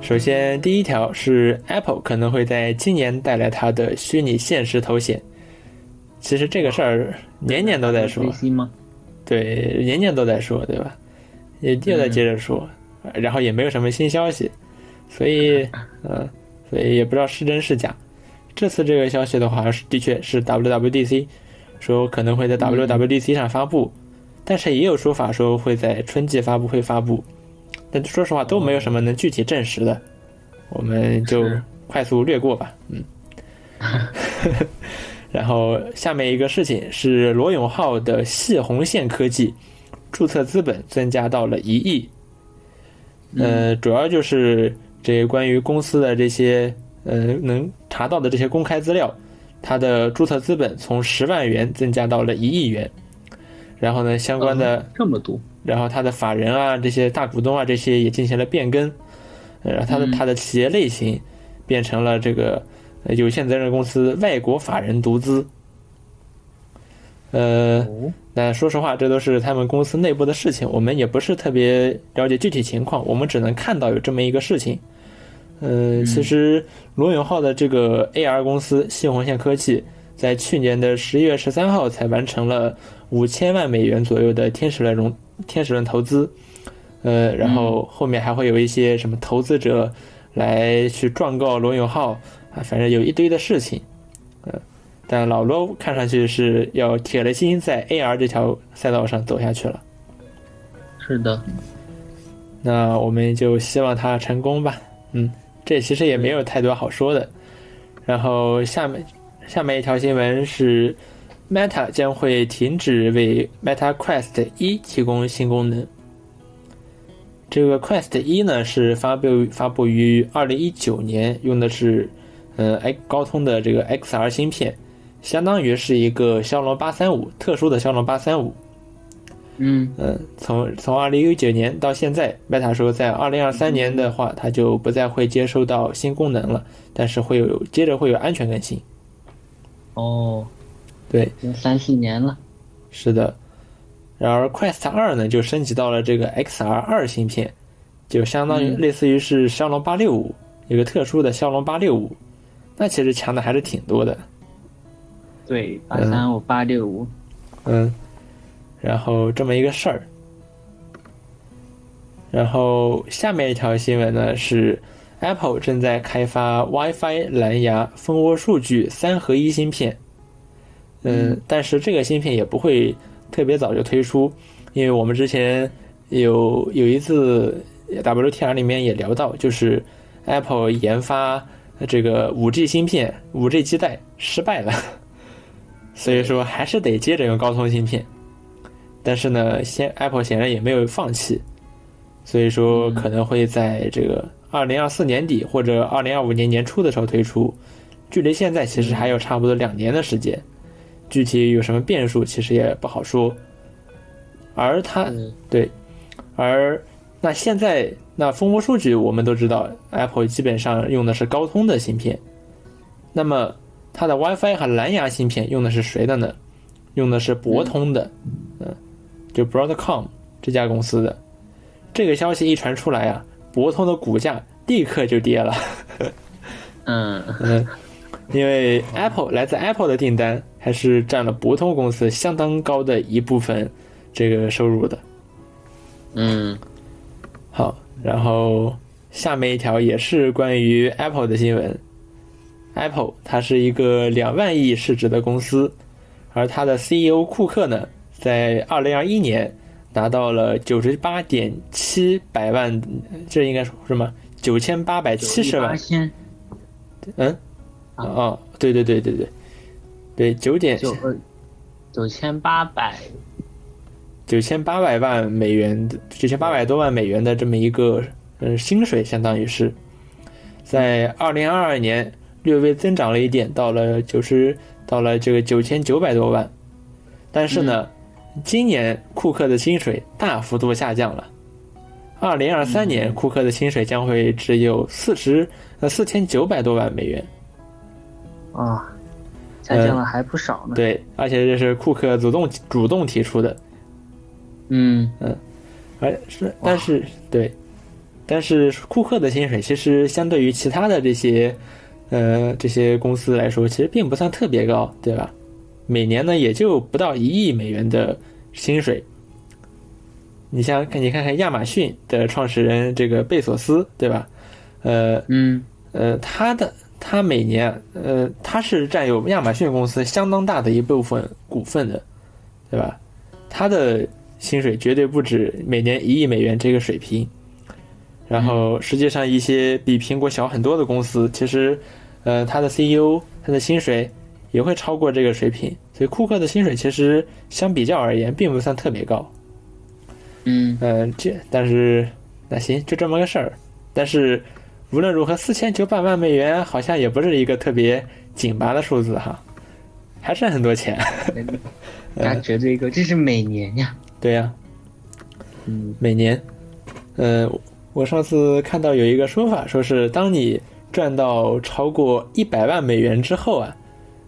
首先，第一条是 Apple 可能会在今年带来它的虚拟现实头显。其实这个事儿年年都在
哦
说
黑，心吗？
对，年年都在说，对吧？也又在接着说，然后也没有什么新消息，所以，呃，所以也不知道是真是假。这次这个消息的话，是的确是 WWDC 说可能会在 WWDC 上发布，但是也有说法说会在春季发布会发布，但说实话都没有什么能具体证实的，我们就是快速略过吧，嗯。 然后下面一个事情是罗永浩的细红线科技注册资本增加到了一亿，呃，主要就是这关于公司的这些呃能查到的这些公开资料，它的注册资本从十万元增加到了一亿元，然后呢，相关的、
嗯这么多，
然后他的法人啊、这些大股东啊这些也进行了变更，呃，然后他的
嗯
他的企业类型变成了这个呃有限责任公司外国法人独资。呃，
哦，
那说实话，这都是他们公司内部的事情，我们也不是特别了解具体情况，我们只能看到有这么一个事情。嗯，其实罗永浩的这个 AR 公司西红线科技，在去年的十一月十三号才完成了五千万美元左右的天使轮融天使轮投资，呃，然后后面还会有一些什么投资者来去状告罗永浩啊，反正有一堆的事情，呃，但老罗看上去是要铁了心在 AR 这条赛道上走下去了，
是的，
那我们就希望他成功吧，嗯，这其实也没有太多好说的。然后下面下面一条新闻是，Meta 将会停止为 Meta Quest 一提供新功能。这个 Quest 一呢是发布发布于二零一九年，用的是呃 X 高通的这个 XR 芯片，相当于是一个骁龙八三五特殊的骁龙八三五。
嗯
嗯，从从二零一九年到现在，Meta 说在二零二三年的话，它就不再会接收到新功能了，但是会有接着会有安全更新。
哦，
对，
已经三四年了，
是的。然而 Quest 二呢，就升级到了这个 XR 二芯片，就相当于
嗯
类似于是骁龙八六五，一个特殊的骁龙八六五，那其实强的还是挺多的。
对，八
嗯
三五八六五，
嗯，然后这么一个事儿。然后下面一条新闻呢是，Apple 正在开发 WiFi 蓝牙蜂窝数据三合一芯片。嗯，但是这个芯片也不会特别早就推出，因为我们之前有有一次 WTR 里面也聊到，就是 Apple 研发这个 5G 芯片、5G 基带失败了，所以说还是得接着用高通芯片。但是呢，先 Apple 显然也没有放弃，所以说可能会在这个2024年底或者2025年年初的时候推出，距离现在其实还有差不多两年的时间，具体有什么变数其实也不好说。而它
嗯
对，而那现在那蜂窝数据我们都知道，Apple 基本上用的是高通的芯片，那么它的 WiFi 和蓝牙芯片用的是谁的呢？用的是博通的，嗯，就 Broadcom 这家公司的。这个消息一传出来啊，博通的股价立刻就跌了，
嗯
嗯， 因为 Apple 来自 Apple 的订单还是占了博通公司相当高的一部分这个收入的。
嗯
好，然后下面一条也是关于 Apple 的新闻。Apple 它是一个两万亿市值的公司，而它的 CEO 库克呢，在二零二一年拿到了九十八点七百万，这应该是什么？九千八百七十万
八？千
嗯，
啊
哦，对对对对对，对九点
九二九千八百，
九千八百万美元的，九千八百多万美元的这么一个嗯薪水，相当于是在二零二二年略微增长了一点，到了九十到了这个九千九百多万，但是呢，今年库克的薪水大幅度下降了。二零二三年，库克的薪水将会只有四十呃四千九百多万美元，
啊，下降了还不少呢。
嗯对，而且这是库克主动主动提出的，
嗯
而哎是，但是对，但是库克的薪水其实相对于其他的这些，呃，这些公司来说，其实并不算特别高，对吧？每年呢也就不到一亿美元的薪水。你像看，你看看亚马逊的创始人这个贝索斯，对吧？呃
嗯
呃，他的他每年呃他是占有亚马逊公司相当大的一部分股份的，对吧？他的薪水绝对不止每年一亿美元这个水平。然后，实际上一些比苹果小很多的公司，其实，呃，他的 CEO 他的薪水也会超过这个水平。所以，库克的薪水其实相比较而言，并不算特别高。
嗯
嗯、这但是那行就这么个事儿。但是无论如何，四千九百万美元好像也不是一个特别紧拔的数字哈，还是很多钱。
那绝对够，这是每年呀。
对呀、
嗯
每年，呃，我上次看到有一个说法，说是当你赚到超过一百万美元之后啊，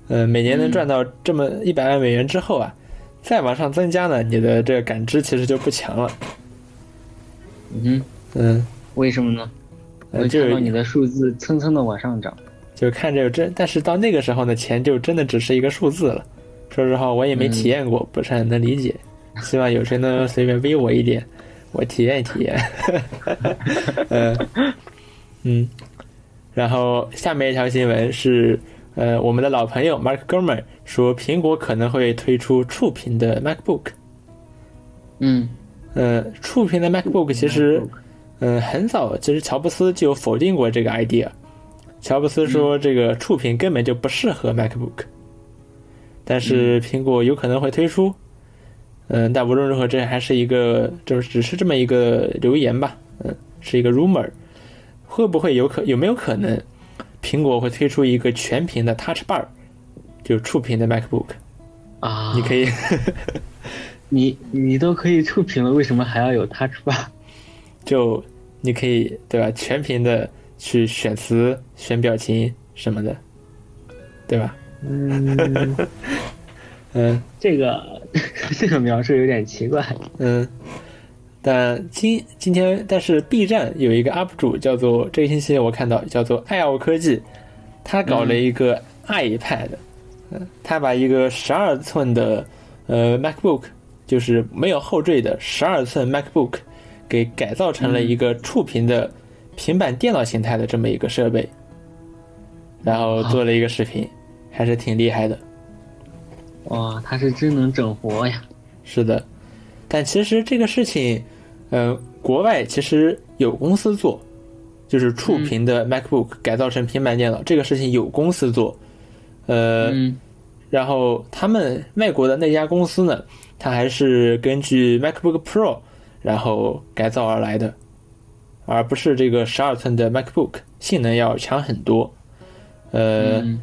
呃，每年能赚到这么一百万美元之后啊，再往上增加呢，你的这个感知其实就不强了。
嗯，
嗯，
为什么呢？
呃
会
就
看
有
到你的数字蹭蹭的往上涨。
就看着真，但是到那个时候呢，钱就真的只是一个数字了。说实话，我也没
嗯
体验过，不是很能理解。希望有谁能随便微我一点，我体验体验。呃，嗯，然后下面一条新闻是，呃，我们的老朋友 Mark Gurman 说，苹果可能会推出触屏的 MacBook。
嗯，
呃，触屏的 MacBook 其实，嗯，很早，其实乔布斯就有否定过这个 idea。乔布斯说，这个触屏根本就不适合 MacBook，但是苹果有可能会推出。嗯，但无论如何，这还是一个，就是只是这么一个留言吧，嗯，是一个 rumor。会不会有可有没有可能，苹果会推出一个全屏的 Touch Bar，就是触屏的 MacBook？
啊，
你可以，
你你都可以触屏了，为什么还要有 Touch Bar？
就你可以对吧？全屏的去选词、选表情什么的，对吧？
嗯，
嗯
这个 这个描述有点奇怪。
嗯。但今今天，但是 B 站有一个 UP 主叫做这个星期我看到叫做爱奥科技，他搞了一个 iPad，、嗯、他把一个十二寸的呃 MacBook，就是没有后缀的十二寸 MacBook，给改造成了一个触屏的平板电脑形态的这么一个设备，然后做了一个视频，还是挺厉害的。
哇，他是真能整活呀。
是的，但其实这个事情，呃，国外其实有公司做，就是触
嗯
屏的 MacBook 改造成平板电脑，这个事情有公司做，呃，
嗯
然后他们外国的那家公司呢，它还是根据 MacBook Pro 然后改造而来的，而不是这个十二寸的 MacBook，性能要强很多，呃。
嗯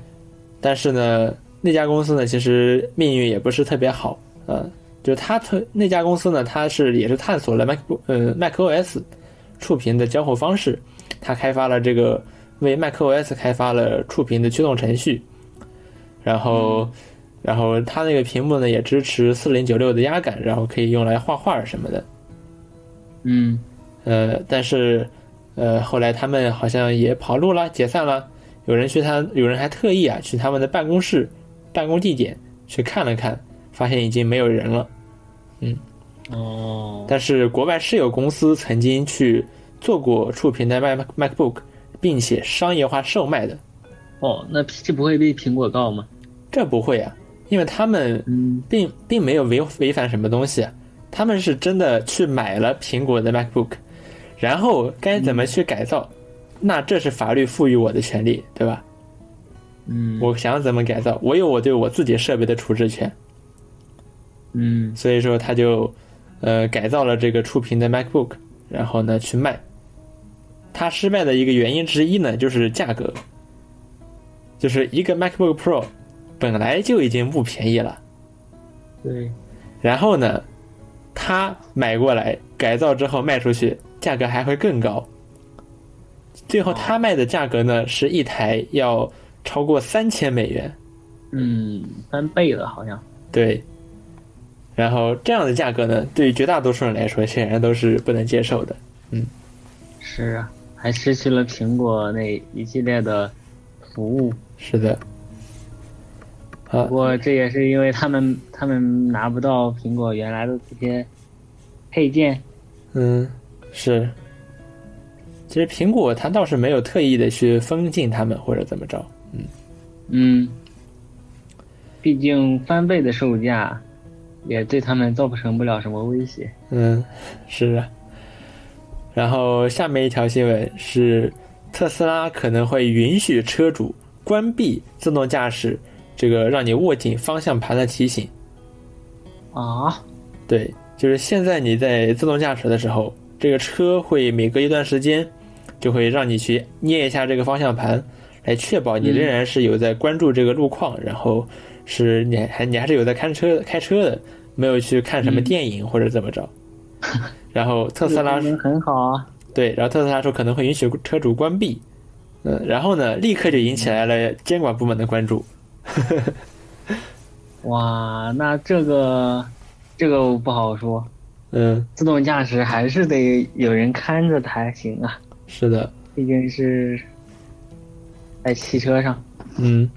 但是呢，那家公司呢，其实命运也不是特别好，呃，就他推那家公司呢，它是也是探索了 Mac 呃 Mac OS 触屏的交互方式，它开发了这个为 macOS 开发了触屏的驱动程序，然后，然后它那个屏幕呢也支持四零九六的压感，然后可以用来画画什么的。
嗯，
呃，但是，呃，后来他们好像也跑路了，解散了。有人去他，有人还特意啊去他们的办公室、办公地点去看了看，发现已经没有人了。
哦，
但是国外是有公司曾经去做过触屏的 Mac MacBook，并且商业化售卖的，
哦，那这不会被苹果告吗？
这不会啊，因为他们
嗯
并并没有违违反什么东西啊，他们是真的去买了苹果的 MacBook，然后该怎么去改造，那这是法律赋予我的权利，对吧？
嗯
我想怎么改造，我有我对我自己设备的处置权，
嗯
所以说他就，呃，改造了这个触屏的 MacBook，然后呢去卖。它失败的一个原因之一呢，就是价格，就是一个 MacBook Pro 本来就已经不便宜了。
对，
然后呢，他买过来改造之后卖出去，价格还会更高。最后他卖的价格呢，是一台要超过三千美元，
嗯，翻倍了好像。
对。然后这样的价格呢，对于绝大多数人来说，显然都是不能接受的。
是啊，还失去了苹果那一系列的服务。
是的。啊
不，过这也是因为他们他们拿不到苹果原来的这些配件。
嗯，是。其实苹果它倒是没有特意的去封禁他们或者怎么着，
嗯，毕竟翻倍的售价也对他们造成不了什么威胁。
嗯，是啊。然后下面一条新闻是，特斯拉可能会允许车主关闭自动驾驶这个让你握紧方向盘的提醒。
啊，
对，就是现在你在自动驾驶的时候，这个车会每隔一段时间就会让你去捏一下这个方向盘，来确保你仍然是有在关注这个路况，然后是你还你还是有在看车开车的，没有去看什么电影或者怎么着。然后特斯拉
这个功能很好啊。
对，然后特斯拉说可能会允许车主关闭，嗯，然后呢，立刻就引起来了监管部门的关注。
哇，那这个这个我不好说，
嗯，
自动驾驶还是得有人看着才行啊，
是的，
毕竟是在汽车上。
嗯，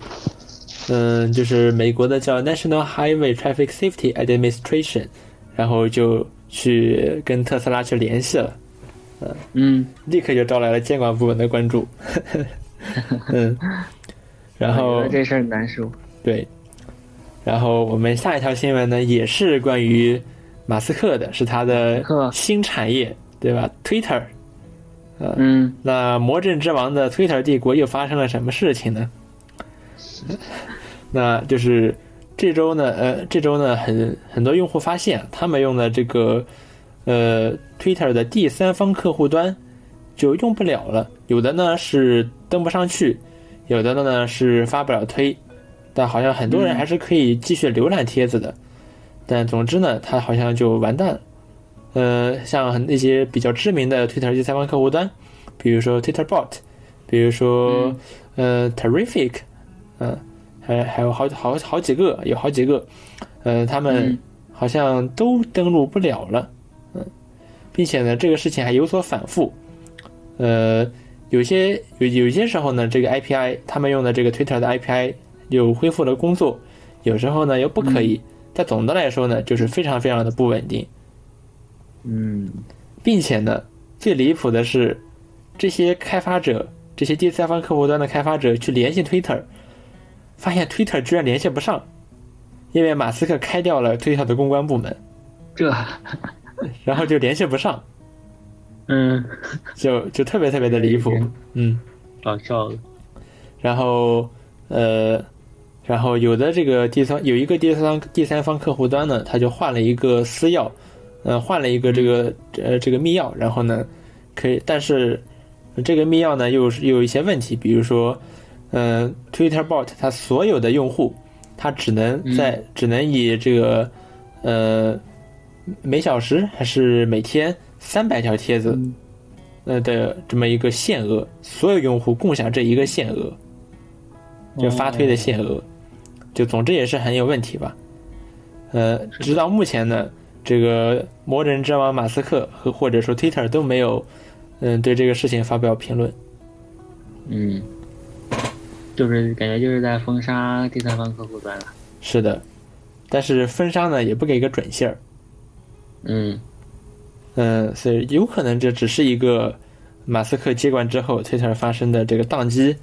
嗯，就是美国的叫 National Highway Traffic Safety Administration，然后就去跟特斯拉去联系了，
嗯，
立刻就招来了监管部门的关注。 嗯，然 后
我觉得这事儿难说。
对，然后我们下一条新闻呢，也是关于马斯克的，是他的
克
新产业，对吧？Twitter。
嗯，
那魔阵之王的 Twitter 帝国又发生了什么事情呢？那就是这周呢，呃，这周呢，很很多用户发现啊他们用的这个呃 Twitter 的第三方客户端就用不了了，有的呢是登不上去，有的呢是发不了推，但好像很多人还是可以继续浏览帖子的。但总之呢，它好像就完蛋了。呃，像那些比较知名的 Twitter 第三方客户端，比如说 TwitterBot，比如说、呃 Terrific，嗯、还还有好好好几个，有好几个，呃，他们
嗯
好像都登录不了了，嗯、并且呢，这个事情还有所反复，呃，有些有有些时候呢，这个 API 他们用的这个 Twitter 的 API 又恢复了工作，有时候呢又不可以，但总的来说呢，就是非常非常的不稳定。
嗯，
并且呢，最离谱的是，这些开发者，这些第三方客户端的开发者去联系 Twitter，发现 Twitter 居然联系不上，因为马斯克开掉了 Twitter 的公关部门，
这，
然后就联系不上，
嗯，
就就特别特别的离谱，嗯。
搞笑了。
然后呃，然后有的这个第三有一个第三第三方客户端呢，他就换了一个私钥，呃，换了一个这个呃这个密钥，然后呢，可以，但是呃这个密钥呢又是又有一些问题，比如说，嗯、t w i t t e r Bot 它所有的用户，它只能在、只能以这个呃每小时还是每天三百条帖子呃的这么一个限额，所有用户共享这一个限额，就
哦
发推的限额，就总之也是很有问题吧。呃，直到目前呢，这个魔人之王马斯克和或者说 Twitter 都没有，嗯，对这个事情发表评论。
嗯，就是感觉就是在封杀第三方客户端了。
是的，但是封杀呢也不给个准信儿，
嗯，
嗯，所以有可能这只是一个马斯克接管之后 Twitter 发生的这个宕机，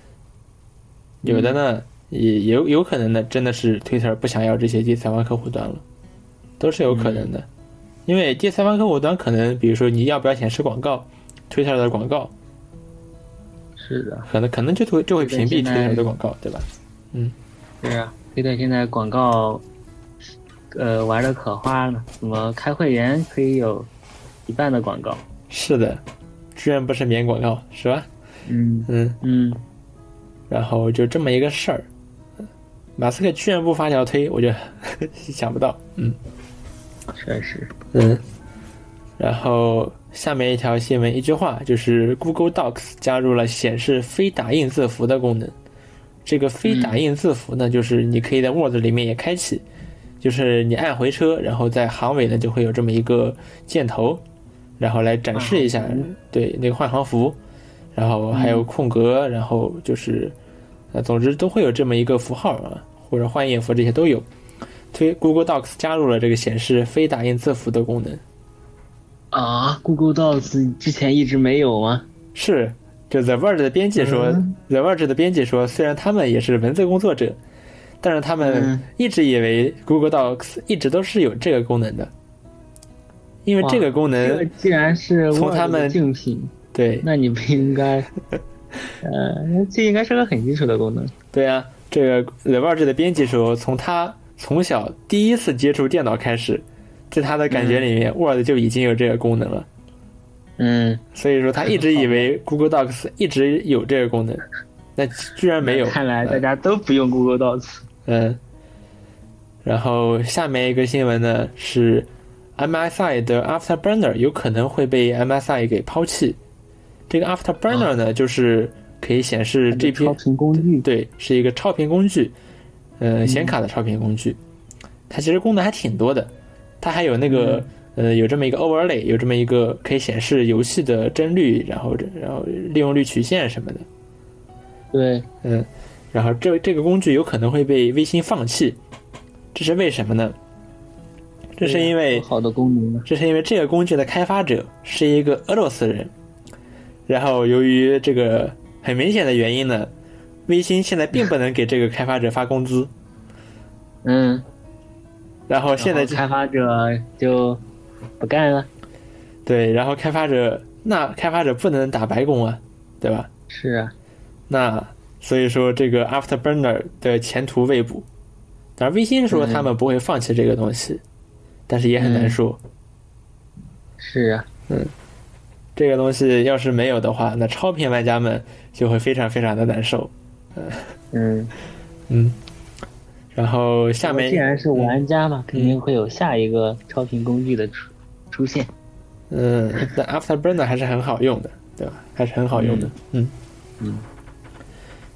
有
嗯
的呢、也也有有可能呢真的是 Twitter 不想要这些第三方客户端了，都是有可能的，
嗯
因为第三方客户端可能比如说你要不要显示广告，Twitter 的广告
是的，
可能可能就会就会屏蔽
现在
Twitter 的广告，对吧？
是啊，推特现在广告，呃，玩的可花了，什么开会员可以有一半的广告。
是的，居然不是免广告是吧？
嗯
嗯。
嗯，
然后就这么一个事儿，呃马斯克居然不发条推，我就 想不到。嗯
确实，
嗯。然后下面一条新闻，一句话就是 Google Docs 加入了显示非打印字符的功能。这个非打印字符呢，就是你可以在 Word 里面也开启，就是你按回车，然后在行尾呢就会有这么一个箭头，然后来展示一下、
嗯
对那个换行符，然后还有空格，然后就是，呃，总之都会有这么一个符号啊，或者换页符这些都有。推 Google Docs 加入了这个显示非打印字符的功能，
啊，Google Docs 之前一直没有吗？
是，就 The Verge 的编辑说、t
嗯
h e Verge 的编辑说，虽然他们也是文字工作者，但是他们
嗯
一直以为 Google Docs 一直都是有这个功能的，因为
哇
这个功
这个
能
既然是
从
Word
他们
的竞品，
对
那你不应 该，呃，这应该是个很基础的功能。
对啊，这个 The Verge 的编辑说，从他从小第一次接触电脑开始，在他的感觉里面、Word 就已经有这个功能了，
嗯，
所以说他一直以为 Google Docs 一直有这个功能，那居然没有。
看来大家都不用 Google Docs。
嗯，然后下面一个新闻呢是 MSI 的 Afterburner 有可能会被 MSI 给抛弃。这个 Afterburner 呢，就是可以显示
这
GPU
超频工具，
对，是一个超频工具，呃，显卡的超频工具。它其实功能还挺多的，它还有那个、呃，有这么一个 overlay，有这么一个可以显示游戏的帧率，然后然后利用率曲线什么的。
对，
嗯，然后这这个工具有可能会被微信放弃，这是为什么呢？这是因为
多好的功能啊。
这是因为这个工具的开发者是一个俄罗斯人，然后由于这个很明显的原因呢，微信现在并不能给这个开发者发工资，
嗯，
然后现在
然后开发者就不干了。
对，然后开发者那开发者不能打白工啊，对吧？
是啊，
那所以说这个 Afterburner 的前途未卜。当然，微信说他们不会放弃这个东西，但是也很难说。
是啊，
这个东西要是没有的话，那超频玩家们就会非常非常的难受。
嗯，
嗯，然后下
既
面，
然是玩家嘛，肯定会有下一个超频工具的出出现。
嗯，但 Afterburner 还是很好用的，对吧？还是很好用的。嗯
嗯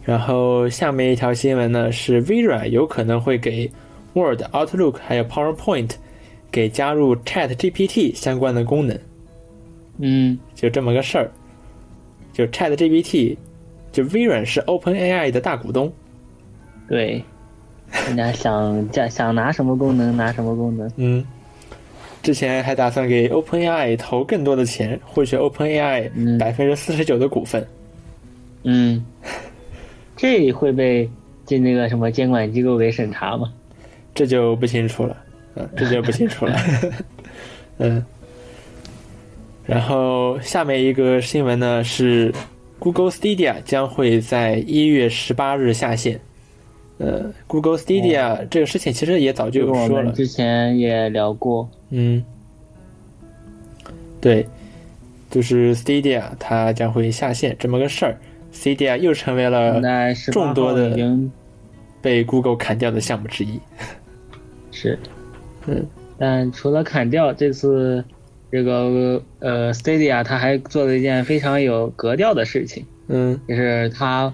然后下面一条新闻呢是微软有可能会给 Word、Outlook 还有 PowerPoint 给加入 Chat GPT 相关的功能。
嗯
就这么个事儿。就 Chat GPT，就微软是 Open AI 的大股东，
对，人家想加想拿什么功能拿什么功能。
嗯，之前还打算给 Open AI 投更多的钱，获取 Open AI
嗯
百分之四十九的股份。
嗯，这会被进那个什么监管机构给审查吗？
这就不清楚了，嗯，这就不清楚了， 嗯。然后下面一个新闻呢是，Google Stadia 将会在一月十八日下线。呃，Google Stadia 这个事情其实也早就
哦这个
有
我
说了
们，之前也聊过。
嗯，对，就是 Stadia 它将会下线这么个事儿，Stadia 又成为了
那是
众多的
已经
被 Google 砍掉的项目之一。
是，
嗯，
但除了砍掉，这次这个呃 Stadia 它还做了一件非常有格调的事情。
嗯
就是它，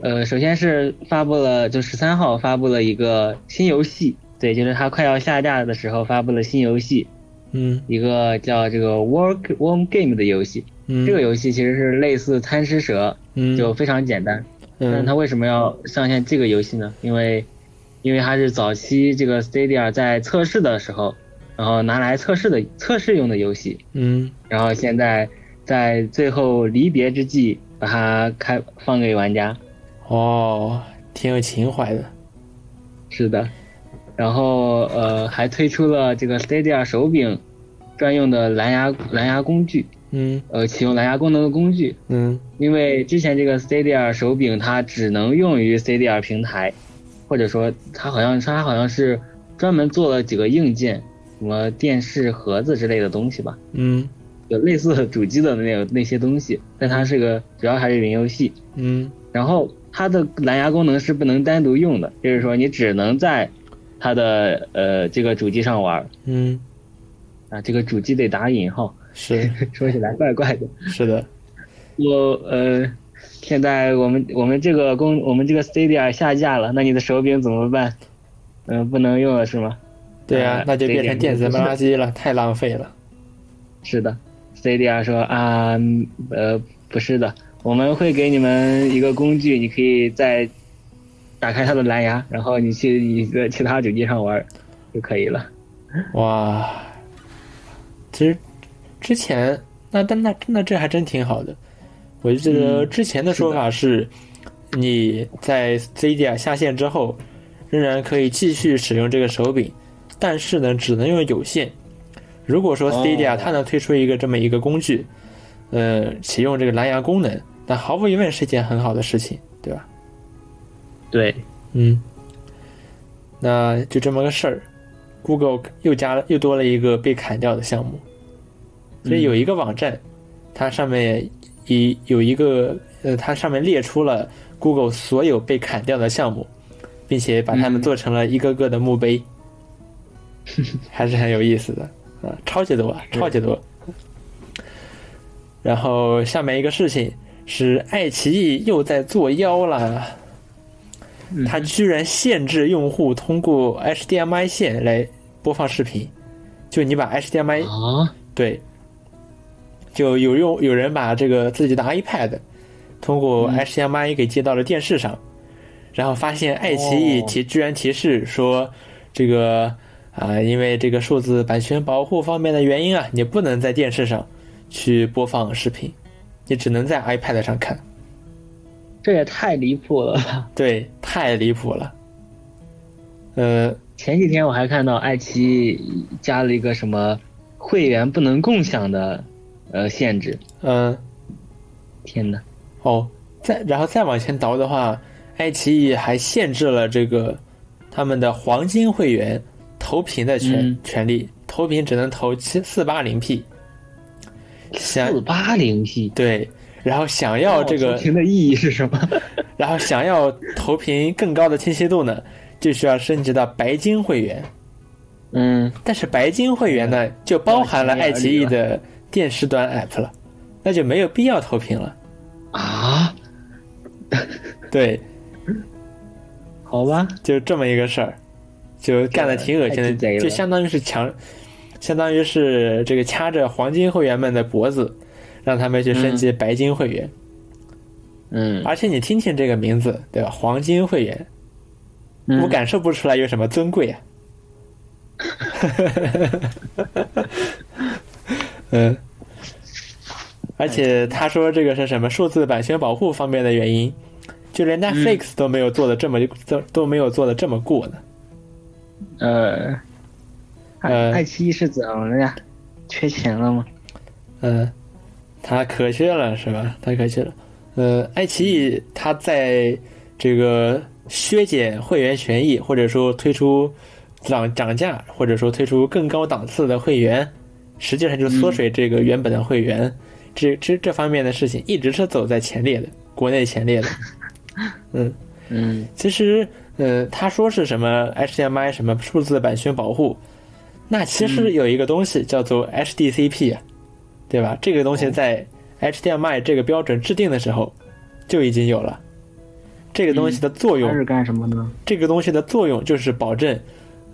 呃，首先是发布了，就十三号发布了一个新游戏，对，就是它快要下架的时候发布了新游戏，
嗯
一个叫这个 Work Warm Game 的游戏。
嗯，
这个游戏其实是类似贪吃蛇，
嗯
就非常简单。但它
嗯
为什么要上线这个游戏呢？因为，因为它是早期这个 Stadia 在测试的时候，然后拿来测试的测试用的游戏。
嗯
然后现在在最后离别之际把它开放给玩家。
哦，挺有情怀的。
是的，然后呃还推出了这个 Stadia 手柄专用的蓝牙蓝牙工具，
嗯
呃启用蓝牙功能的工具，
嗯
因为之前这个 Stadia 手柄它只能用于 Stadia 平台，或者说它好像它好像是专门做了几个硬件，什么电视盒子之类的东西吧。
嗯
有类似主机的那种那些东西，但它是个主要还是云游戏。
嗯
然后它的蓝牙功能是不能单独用的，就是说你只能在它的呃这个主机上玩儿
嗯，
啊，这个主机得打引号，
是
说起来怪怪的。
是的，
我呃，现在我们我们这个公我们这个 Stadia 下架了，那你的手柄怎么办？嗯、不能用了是吗？
对啊
呃，
那就变成电子垃圾了，太浪费了。
是的，Stadia 说啊，嗯呃，不是的，我们会给你们一个工具，你可以再打开它的蓝牙，然后你去你的其他主机上玩儿就可以了。
哇，其实之前那但那那这还真挺好的。我就记得之前的说法嗯是，你在 Stadia 下线之后，仍然可以继续使用这个手柄，但是呢，只能用有限。如果说
哦
Stadia 它能推出一个这么一个工具，呃，启用这个蓝牙功能，那毫无疑问是一件很好的事情，对吧？
对，
嗯，那就这么个事儿。Google 又加了又多了一个被砍掉的项目，所以有一个网站，它上面一有一个呃，它上面列出了 Google 所有被砍掉的项目，并且把它们
嗯
做成了一个个的墓碑，还是很有意思的啊，超级多，超级多。然后下面一个事情是爱奇艺又在作妖了。
嗯
它居然限制用户通过 HDMI 线来播放视频，就你把 HDMI
啊，
对，就有用有人把这个自己的 iPad 通过
嗯
HDMI 给接到了电视上，然后发现爱奇艺
哦
提、居然提示说这个啊、因为这个数字版权保护方面的原因啊，你不能在电视上去播放视频，你只能在 iPad 上看。
这也太离谱了吧！
对，太离谱了。呃，
前几天我还看到爱奇艺加了一个什么会员不能共享的呃限制，
嗯，
天呐，
哦，再然后再往前倒的话，爱奇艺还限制了这个他们的黄金会员投屏的权、
嗯
权利，投屏只能投七四八零 P。想
四八零 P，
对，然后想要这个，
屏的意义是什么？
然后想要投屏更高的清晰度呢，就需要升级到白金会员。
嗯，
但是白金会员
哎
呢，就包含了爱奇艺的电视端 app 了，那就没有必要投屏了。
啊，
对，
好吧，
就这么一个事儿，就干的挺恶
太
心
鸡贼
的，
了
就相当于是强，相当于是这个掐着黄金会员们的脖子，让他们去升级白金会员。
嗯，
而且你听听这个名字，对吧？黄金会员，我
嗯
感受不出来有什么尊贵啊。 嗯，而且他说这个是什么数字版权保护方面的原因，就连 Netflix 都没有做的这么都都没有做的这么过呢。
呃，
呃
爱爱奇艺是怎么了呀？缺钱了吗？
嗯，他可缺了是吧？他可缺了。呃，爱奇艺它在这个削减会员权益，或者说推出涨涨价，或者说推出更高档次的会员，实际上就是缩水这个原本的会员。这这这方面的事情一直是走在前列的，国内前列的。嗯，
嗯
其实，呃，他说是什么 HDMI 什么数字版权保护，那其实有一个东西叫做 HDCP，、啊对吧？这个东西在 HDMI 这个标准制定的时候就已经有了。这个东西的作用
它是干什么呢？
这个东西的作用就是保证，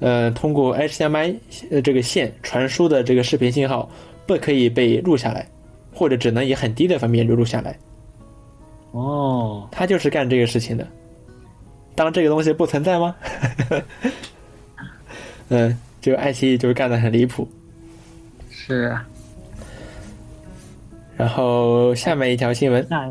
呃，通过 HDMI 呃这个线传输的这个视频信号不可以被录下来，或者只能以很低的分辨率录下来。
哦，
它就是干这个事情的。当这个东西不存在吗？ 嗯，就爱奇艺就是干得很离谱。
是啊。
然后下面一条新闻，
那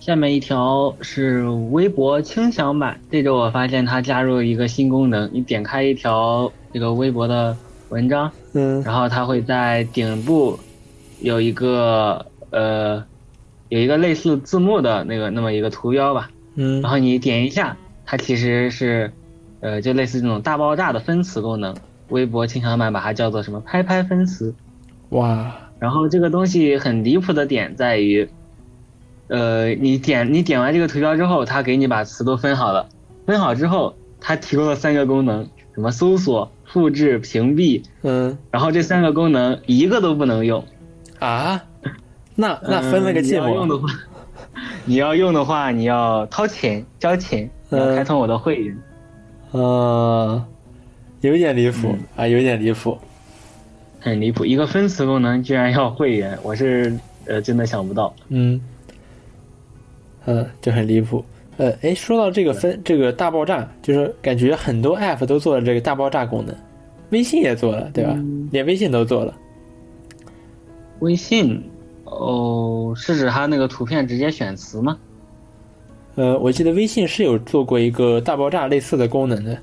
下面一条是微博轻享版，这周我发现它加入一个新功能，你点开一条这个微博的文章，
嗯
然后它会在顶部有一个呃有一个类似字幕的那个那么一个图标吧，
嗯
然后你点一下，它其实是呃就类似这种大爆炸的分词功能，微博轻享版把它叫做什么拍拍分词，
哇，
然后这个东西很离谱的点在于，呃，你点你点完这个图标之后，它给你把词都分好了，分好之后，它提供了三个功能，什么搜索、复制、屏蔽，
嗯
然后这三个功能一个都不能用。
啊，那那分了个
嗯
芥
你要用
末，
的话，你要用的话， 你要掏钱交钱，你要
嗯
开通我的会员。
呃，有点离
嗯
谱、啊，有点离谱。
很离谱，一个分词功能居然要会员，我是呃真的想不到。
嗯，嗯，就很离谱。呃，哎，说到这个分这个大爆炸，就是感觉很多 app 都做了这个大爆炸功能，微信也做了，对吧？
嗯
连微信都做了。
微信，哦，是指它那个图片直接选词吗？
呃，我记得微信是有做过一个大爆炸类似的功能的，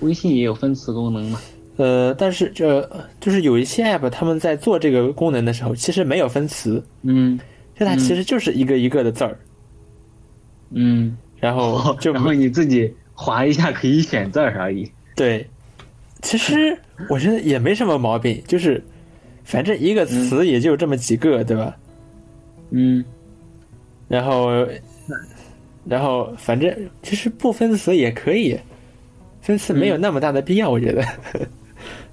微信也有分词功能嘛？
呃，但是这、就是有一些 app 他们在做这个功能的时候，其实没有分词，
嗯
就它
嗯
其实就是一个一个的字儿，
嗯，
然 后就
然后你自己划一下可以选字儿而已。
对，其实我觉得也没什么毛病，就是反正一个词也就这么几个，对吧？
嗯，
然后，然后反正其实不分词也可以，分词没有那么大的必要，我 觉得。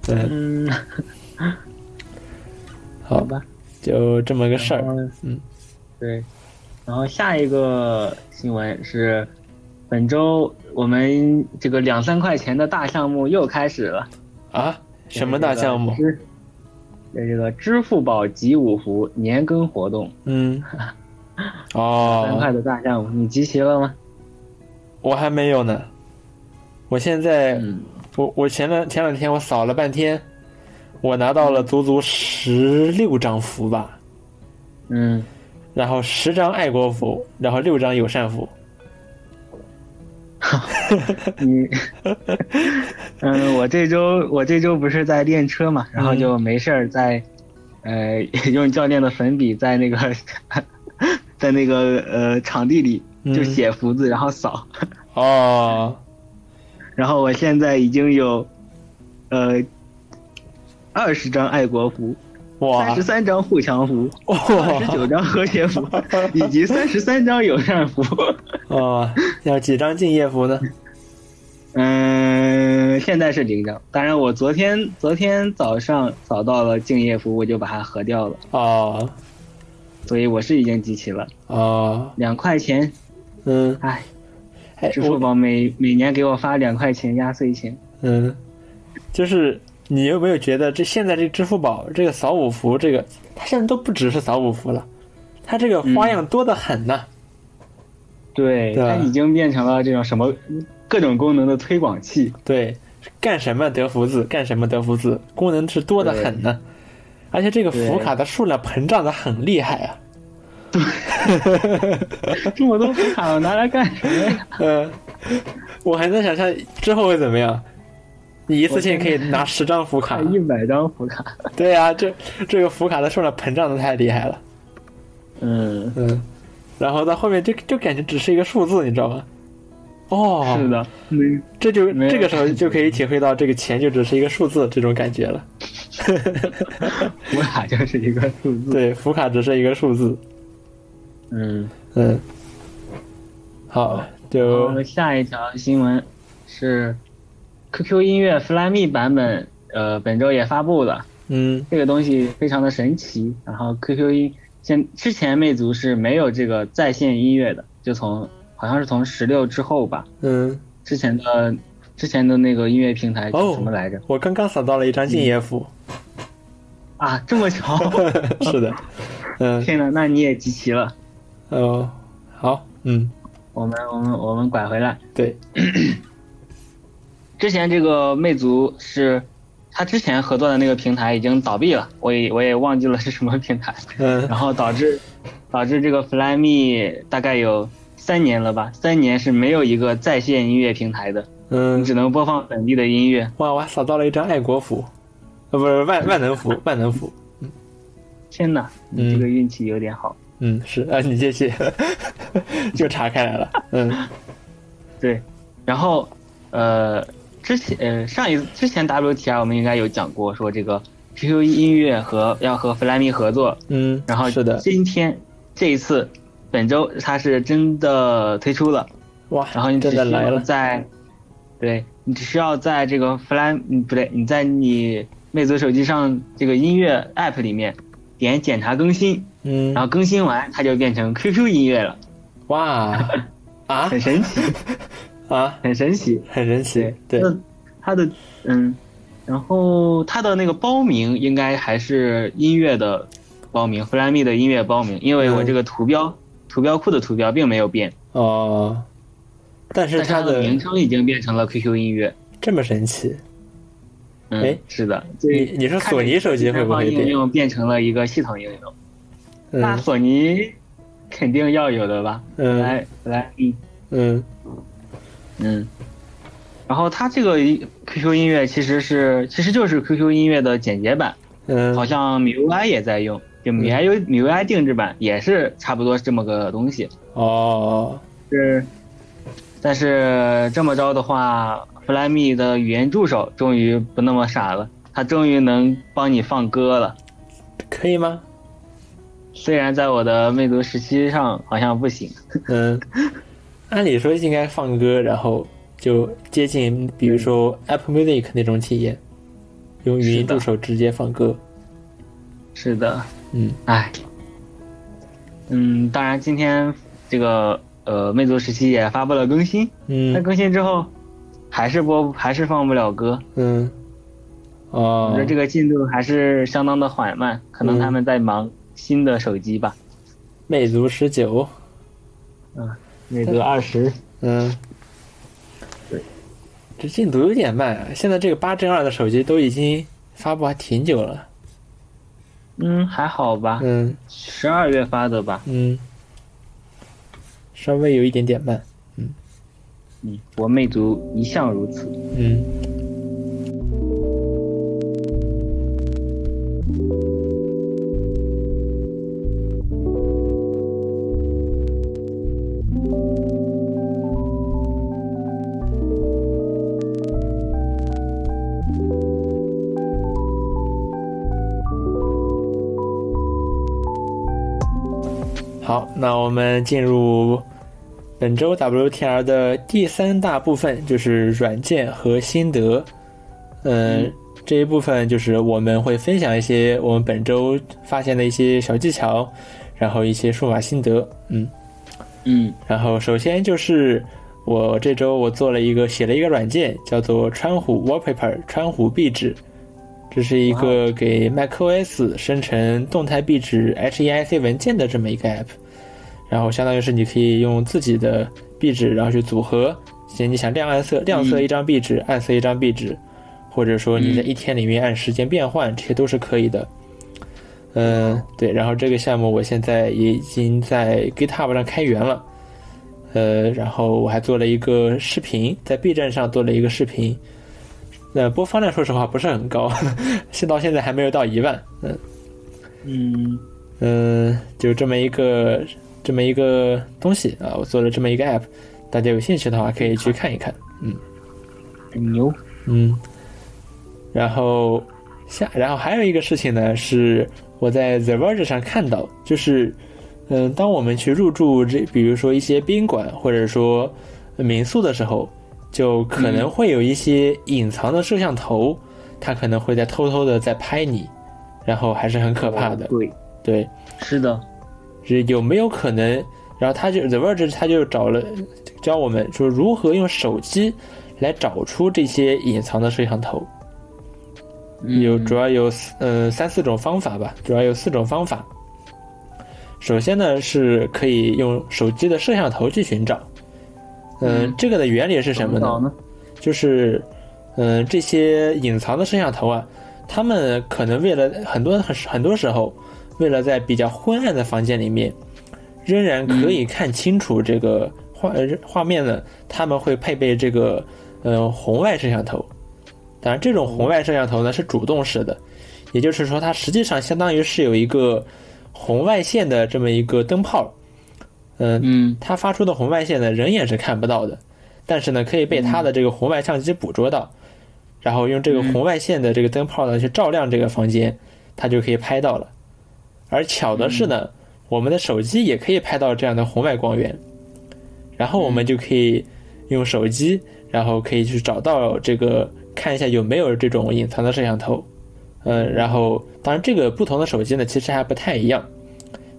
嗯，
嗯，
好
吧，
就这么个事儿。嗯
嗯，对。然后下一个新闻是，本周我们这个两三块钱的大项目又开始了。
啊？什么大项目
这？个支？这这个支付宝集五福年更活动，
嗯，
三块
哦，
的大项目，你集齐了吗？
我还没有呢。我现在，
嗯，
我我前两前两天我扫了半天，我拿到了足足十六张符吧，
嗯，
然后十张爱国符，然后六张友善符。
你，嗯，我这周我这周不是在练车嘛，
嗯
然后就没事儿在，呃， 用教练的粉笔在那个， 在那个呃场地里就
嗯
写福字，然后扫，
哦，
然后我现在已经有，呃，二十张爱国服，
哇
三十，三张护墙服，
哇，
二十九张和谐服，以及三十三张友善服。
哦，要几张敬业福呢？
嗯，现在是零张。当然，我昨天昨天早上扫到了敬业服，我就把它核掉了，
哦
所以我是已经集齐了
哦，
两块钱。
嗯，
唉，
哎
支，付
我
宝每每年给我发两块钱压岁钱。
嗯，就是你有没有觉得这现在这支付宝这个扫五福这个，它现在都不只是扫五福了，它这个
嗯
花样多得很呐、
对，
对
它已经变成了这种什么各种功能的推广器。
对，干什么得福字，干什么得福字，功能是多得很呢、而且这个
对
福卡的数量膨胀的很厉害啊。
这么多福卡我拿来干什么呀？
呃，我还能想象之后会怎么样。你一次性可以拿十张福卡，
一百张福卡。
对啊，这这个福卡的数量膨胀的太厉害了，
嗯，
嗯，然后到后面就就感觉只是一个数字，你知道吗？哦，
是，的，没
这就
没有
这个时候就可以体会到这个钱就只是一个数字这种感觉了。
福卡就是一个数字。
对，福卡只是一个数字，
嗯，
嗯，好，就嗯
然后下一条新闻是 QQ 音乐 Flyme 版本呃本周也发布了，
嗯
这个东西非常的神奇。然后 QQ 音现之前魅族是没有这个在线音乐的，就从好像是从十六之后吧，
嗯，
之前的之前的那个音乐平台叫什么来着？
我刚刚扫到了一张敬业福，
啊，这么巧！
是的， 嗯
天呐，那你也集齐了。
哦，好，嗯，
我们我们我们拐回来，
对，
之前这个魅族是，它之前合作的那个平台已经倒闭了，我也我也忘记了是什么平台，
嗯
然后导致导致这个 Flyme 大概有三年了吧，三年是没有一个在线音乐平台的，你
嗯，
只能播放本地的音乐。
哇，我还扫到了一张爱国服，呃，不是万万能服， 万能服，
天呐，
嗯
你这个运气有点好。
嗯，是啊，你这些 就查开来了，嗯
对，然后呃，之前呃上一之前 WTR 我们应该有讲过，说这个 QQ 音乐和要和 Flyme 合作，
嗯，
然后
是的，
今天这一次本周它是真的推出了，
哇，
然后你只
真
需
的来
要
了，
在，对你只需要在这个 Fly 嗯不对，你在你魅族手机上这个音乐 app 里面点检查更新，
嗯
然，后更新完它就变成 QQ 音乐了，
哇，啊
很神奇，
啊，
很神 奇。
很神奇，对，
那它的嗯，然后它的那个包名应该还是音乐的包名，Flyme 的音乐包名，因为我
嗯
这个图标、图标库的图标并没有变，
哦，但是
但是
它
它的
的
名称已经变成了 QQ 音乐。
这么神奇，哎
嗯，是的，
你你说
看着
索尼手机会不会
第三方应
变？
用变成了一个系统应用？那
嗯
索尼肯定要有的吧？
嗯
来来，嗯
嗯
嗯。然后它这个 QQ 音乐其实是其实就是 QQ 音乐的简洁版，
嗯，
好像 MIUI 也在用，就 MIUI MIUI 定制版也是差不多这么个东西。
哦，
是，但是这么着的话，Flyme 的语言助手终于不那么傻了，它终于能帮你放歌了。
可以吗？
虽然在我的魅族时期上好像不行，
嗯，按理说应该放歌，然后就接近比如说
嗯
Apple Music 那种体验，用语音
是的
助手直接放歌。
是的，
嗯
唉，嗯，当然今天这个呃魅族时期也发布了更新，那
嗯
更新之后还是播还是放不了歌，
嗯，
我
哦
觉得，这个进度还是相当的缓慢，可能
嗯
他们在忙新的手机吧，
魅族十九，
魅族二十，
嗯，对，这进度有点慢啊。现在这个八 Gen 二的手机都已经发布还挺久了。
嗯，还好吧，
嗯
十二月发的吧，
嗯，稍微有一点点慢。
嗯，我魅族一向如此。
嗯。好，那我们进入本周 WTR 的第三大部分就是软件和心得。嗯，这一部分就是我们会分享一些我们本周发现的一些小技巧，然后一些数码心得。嗯，
嗯
然后首先就是我这周我做了一个写了一个软件，叫做川虎 Wallpaper 川虎壁纸，这是一个给 macOS 生成动态壁纸 HEIC 文件的这么一个 app。然后相当于是你可以用自己的壁纸，然后去组合，写你想亮暗色，亮色一张壁纸，暗色一张壁纸，或者说你在一天里面按时间变换，这些都是可以的。嗯，对。然后这个项目我现在也已经在 GitHub 上开源了。呃，然后我还做了一个视频，在 B 站上做了一个视频。那播放量说实话不是很高， 现到现在还没有到一万。嗯，
嗯
嗯，就这么一个这么一个东西啊，我做了这么一个 app，大家有兴趣的话可以去看一看。
很牛。
嗯，然后下，然后还有一个事情呢，是我在 The Verge 上看到，就是，嗯，当我们去入住这，比如说一些宾馆或者说民宿的时候，就可能会有一些隐藏的摄像头，它可能会在偷偷的在拍你，然后还是很可怕
嗯
的。
对，
对，
是的，
是有没有可能？然后他就 The Verge 他就找了教我们说如何用手机来找出这些隐藏的摄像头，
嗯
有主要有四呃三四种方法吧，主要有四种方法。首先呢是可以用手机的摄像头去寻找，嗯，这个的原理是什么
怎
呢
找？呢？
就是，嗯、这些隐藏的摄像头啊，他们可能为了很多很很多时候，为了在比较昏暗的房间里面，仍然可以看清楚这个画、呃画面呢，他们会配备这个呃红外摄像头。当然，这种红外摄像头呢是主动式的，也就是说，它实际上相当于是有一个红外线的这么一个灯泡，嗯、
嗯
它发出的红外线呢，人眼是看不到的，但是呢，可以被它的这个红外相机捕捉到，然后用这个红外线的这个灯泡呢去照亮这个房间，它就可以拍到了。而巧的是呢，我们的手机也可以拍到这样的红外光源，然后我们就可以用手机，然后可以去找到这个看一下有没有这种隐藏的摄像头。嗯，然后当然这个不同的手机呢，其实还不太一样，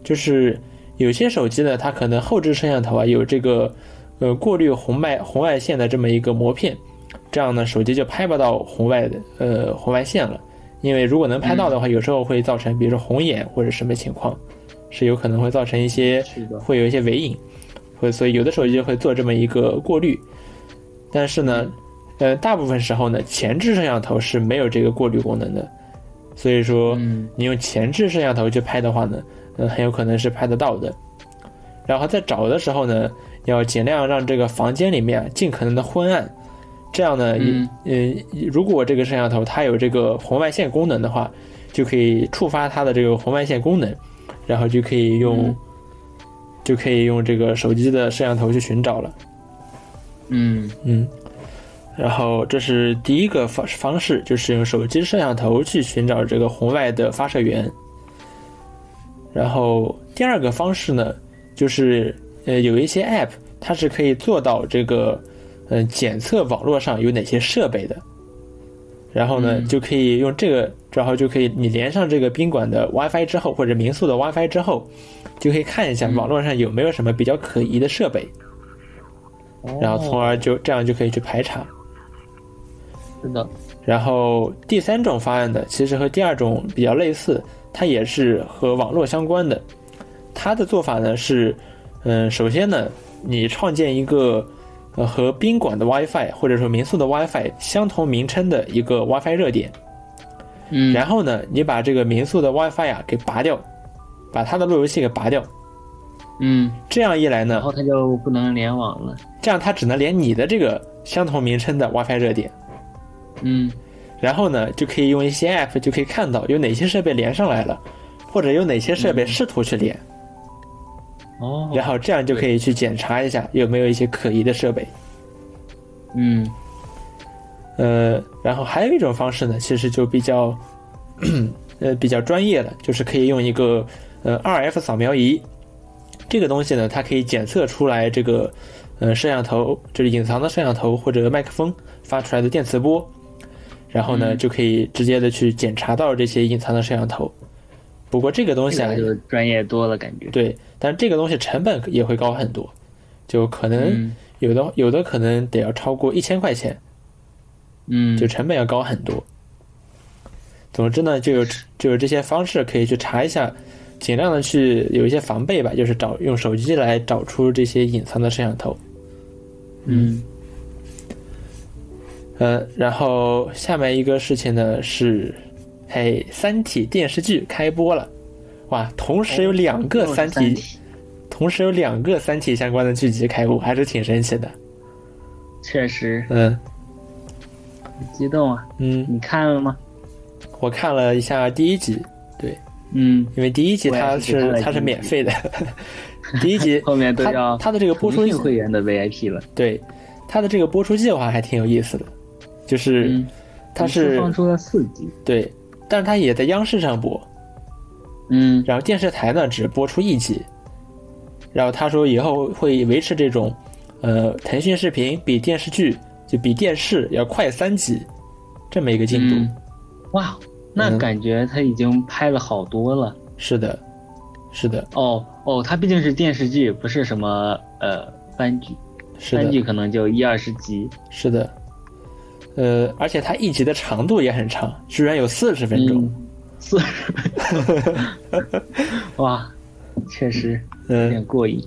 就是有些手机呢，它可能后置摄像头啊有这个呃过滤红外红外线的这么一个膜片，这样呢手机就拍不到红外的呃红外线了，因为如果能拍到的话，有时候会造成比如说红眼或者什么情况，是有可能会造成一些
是的，
会有一些尾影，会所以有的手机会做这么一个过滤，但是呢，呃，大部分时候呢，前置摄像头是没有这个过滤功能的，所以说
嗯
你用前置摄像头去拍的话呢，呃，很有可能是拍得到的。然后在找的时候呢，要尽量让这个房间里面啊尽可能的昏暗，这样呢，
嗯
嗯，如果这个摄像头它有这个红外线功能的话，就可以触发它的这个红外线功能，然后就可以用，
嗯
就可以用这个手机的摄像头去寻找了。
嗯
嗯，然后这是第一个方方式，就是用手机摄像头去寻找这个红外的发射源。然后第二个方式呢，就是呃有一些 App 它是可以做到这个嗯、呃检测网络上有哪些设备的，然后呢、
嗯
就可以用这个，然后就可以你连上这个宾馆的 WiFi 之后，或者民宿的 WiFi 之后，就可以看一下网络上有没有什么比较可疑的设备。
哦
然后从而就这样就可以去排查。
是的，
然后第三种方案呢，其实和第二种比较类似，它也是和网络相关的。它的做法呢是，嗯，首先呢，你创建一个呃和宾馆的 WiFi 或者说民宿的 WiFi 相同名称的一个 WiFi 热点，
嗯，
然后呢，你把这个民宿的 WiFi 啊给拔掉，把它的路由器给拔掉。
嗯，
这样一来
然
呢，
后它就不能联网了。
这样它只能连你的这个相同名称的 WiFi 热点。
嗯
然后呢，就可以用一些 app 就可以看到有哪些设备连上来了，或者有哪些设备试图去连，
哦，
然后这样就可以去检查一下有没有一些可疑的设备。
嗯
呃，然后还有一种方式呢，其实就比较， 呃，比较专业了，就是可以用一个呃 RF 扫描仪，这个东西呢，它可以检测出来这个呃摄像头，就是隐藏的摄像头或者麦克风发出来的电磁波，然后呢，
嗯
就可以直接的去检查到这些隐藏的摄像头。不过这个东西
这
啊，
个就专业多了，感觉。
对，但是这个东西成本也会高很多，就可能
嗯
有的、有的可能得要超过一千块钱。
嗯，
就成本要高很多。总之呢，就有就有这些方式可以去查一下，尽量的去有一些防备吧，就是找用手机来找出这些隐藏的摄像头。
嗯
嗯，然后下面一个事情呢是，嘿，《三体》电视剧开播了，哇，同时有两个
哦又是
三体》同时有两个《三体》相关的剧集开播，还是挺神奇的。
确实
嗯
很激动啊！
嗯，
你看了吗？
我看了一下第一集，
嗯，
因为第一集
我也
它
是只看了
是它是
第一
免
集
费的，第一集
后面都
它
要
它的这个播
腾
出
讯会员的 VIP 了。
对它的这个播出计划还挺有意思的，就是、
嗯，
它
一
是
次放出了四集。
对，但是它也在央视上播，
嗯
然后电视台呢只播出一集，然后他说以后会维持这种，呃，腾讯视频比电视剧就比电视要快三集这么一个进度，
嗯
哇，那
嗯
感觉他已经拍了好多了。
是的，是的，
哦哦，它毕竟是电视剧，不是什么呃番剧，
是
番
的
剧，可能就一二十集。
是的。呃，而且它一集的长度也很长，居然有四十分钟。
嗯，四十分钟，哇，确实有
嗯，
点过瘾。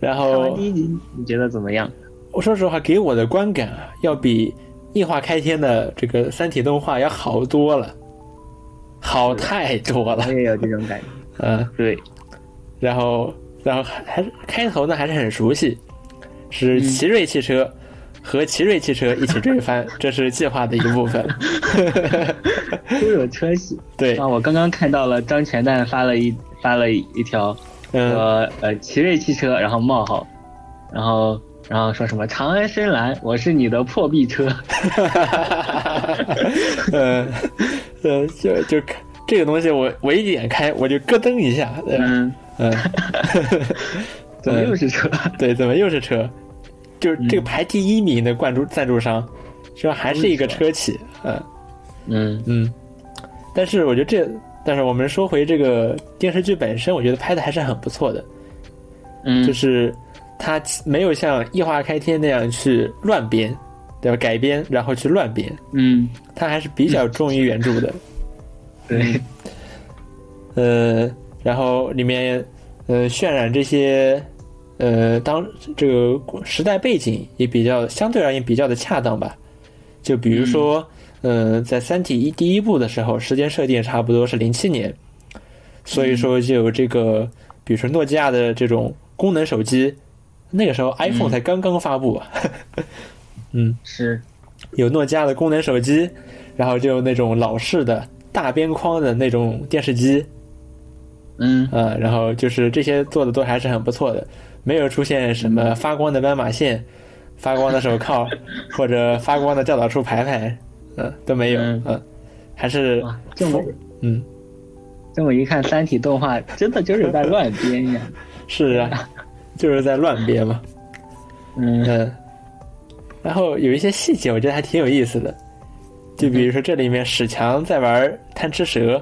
然
看完
后
第一集，你觉得怎么样？
我说实话，给我的观感啊，要比异化开天的这个《三体》动画要好多了，好太多了
我。也有这种感觉。
嗯，
对，
然后，然后还还是开头呢，还是很熟悉，是奇瑞汽车和奇瑞汽车一起追番，这是计划的一部分。
都有车戏。
对
啊，，我刚刚看到了张全蛋发了一发了一条
嗯，
说呃奇瑞汽车，然后冒号，然后然后说什么长安深蓝，我是你的破壁车。
呃，呃，就就看这个东西我，我一点开我就咯噔一下，嗯
嗯，
嗯，
怎么又是车？
对，怎么又是车？就是这个排第一名的赞助赞助商，这还是一个车企，嗯。
嗯
嗯，但是我觉得这，但是我们说回这个电视剧本身，我觉得拍的还是很不错的，
嗯，
就是它没有像《异化开天》那样去乱编，对吧？改编然后去乱编，
嗯，
它还是比较忠于原著的。
对，
呃，然后里面呃渲染这些呃当这个时代背景也比较相对而言比较的恰当吧。就比如说，呃，在《三体》一第一部的时候，时间设定差不多是零七年，所以说就有这个，比如说诺基亚的这种功能手机，那个时候 iPhone 才刚刚发布啊，
是，
有诺基亚的功能手机，然后就有那种老式的大边框的那种电视机，
嗯
呃，然后就是这些做的都还是很不错的，没有出现什
嗯
么发光的斑马线、发光的手铐 或者发光的教导处牌牌，呃，都没有，
嗯
嗯、还是
哇，这么
嗯，
这么一看，《三体》动画真的就是在乱编呀。
是 啊，就是在乱编嘛，
嗯
嗯，然后有一些细节我觉得还挺有意思的，就比如说这里面史强在玩贪吃蛇，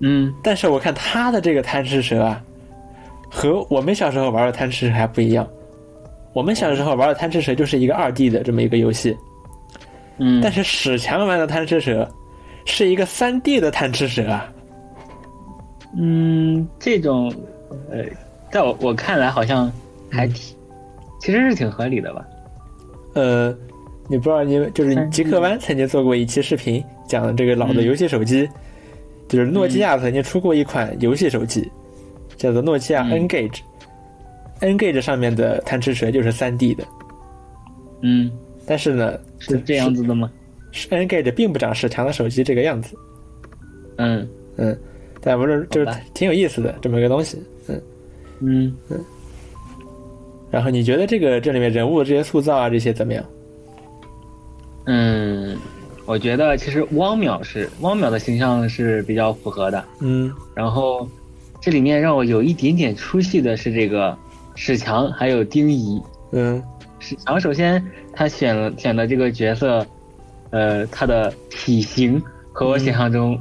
嗯，
但是我看他的这个贪吃蛇啊，和我们小时候玩的贪吃蛇还不一样。我们小时候玩的贪吃蛇就是一个二 D 的这么一个游戏，
嗯，
但是史强玩的贪吃蛇是一个三 D 的贪吃蛇啊。
嗯，这种，呃，在我我看来好像还挺，其实是挺合理的吧。
呃，你不知道你就是
嗯
极客湾曾经做过一期视频，讲这个老的游戏手
嗯
机，就是诺基亚曾经出过一款游戏手机，叫做诺基亚
嗯
N Gage。N Gage 上面的贪吃蛇就是三 D 的，
嗯，
但是呢，
是这样子的吗？
N Gage 并不长史强的手机这个样子，
嗯
嗯，但不是就是
好吧
挺有意思的这么一个东西，嗯。
嗯，
然后你觉得这个这里面人物的这些塑造啊，这些怎么样？
嗯，我觉得其实汪淼是汪淼的形象是比较符合的。
嗯
然后这里面让我有一点点出戏的是这个史强还有丁仪。
嗯
史强首先他选了选的这个角色，呃，他的体型和我想象中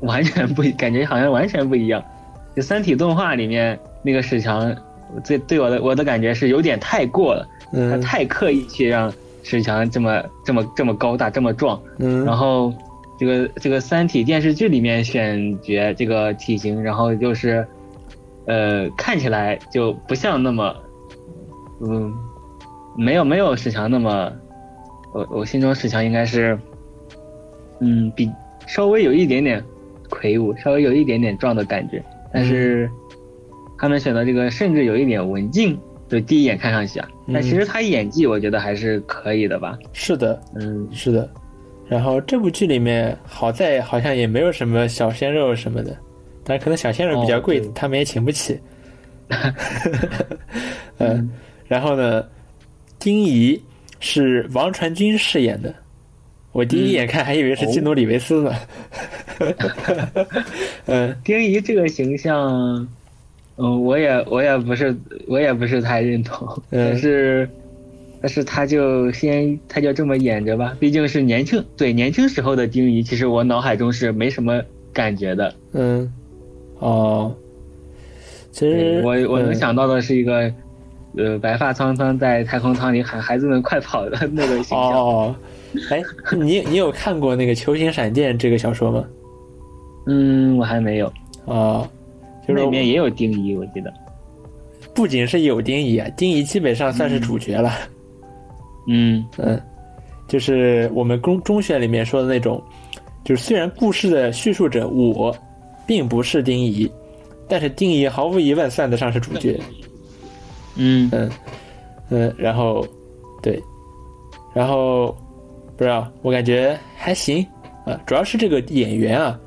完全不一，感觉好像完全不一样。就《三体》动画里面那个史强，最对我的我的感觉是有点太过了，他
嗯
太刻意去让史强这么这么这么高大这么壮，
嗯，
然后这个这个《三体》电视剧里面选角这个体型，然后就是，呃，看起来就不像那么，嗯，没有没有史强那么，我我心中史强应该是，嗯，比稍微有一点点魁梧，稍微有一点点壮的感觉，但是他们选的这个甚至有一点文静，就第一眼看上去啊，但其实他演技我觉得还是可以的吧，
是的，
嗯
是的。然后这部剧里面好在好像也没有什么小鲜肉什么的，但可能小鲜肉比较贵，
哦对
他们也请不 起。嗯，然后呢，丁仪是王传君饰演的，我第一眼看还以为是基努里维斯呢。
哦
嗯
丁仪这个形象，呃嗯，我也我也不是我也不是太认同，
嗯
但是，但是他就先他就这么演着吧，毕竟是年轻，对年轻时候的鲸鱼，其实我脑海中是没什么感觉的。
嗯，哦，其实
我我能
嗯
想到的是一个，呃，白发苍苍在太空舱里喊孩子们快跑的那个形象。
哦，哎，你你有看过那个《球形闪电》这个小说吗？
嗯，我还没有，
啊，就是
那里面也有鲸鱼，我记得。
不仅是有丁仪啊，丁仪基本上算是主角了。
嗯
嗯，就是我们中中选里面说的那种，就是虽然故事的叙述者我并不是丁仪，但是丁仪毫无疑问算得上是主角。
嗯
嗯嗯，然后对，然后不知道，我感觉还行啊，主要是这个演员啊，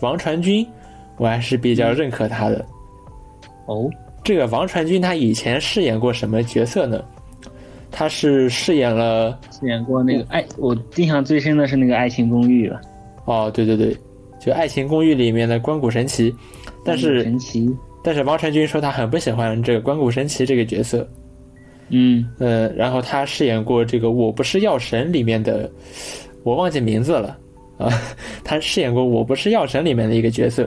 王传君，我还是比较
嗯
认可他的。
哦
这个王传君他以前饰演过什么角色呢？他是饰演了
饰演过那个爱，我印象最深的是那个《爱情公寓》吧，
哦，对对对，就《爱情公寓》里面的关谷神奇，但是、
神奇，
但是王传君说他很不喜欢这个关谷神奇这个角色，
嗯
嗯，然后他饰演过这个《我不是药神》里面的，我忘记名字了啊， 他饰演过《我不是药神》里面的一个角色，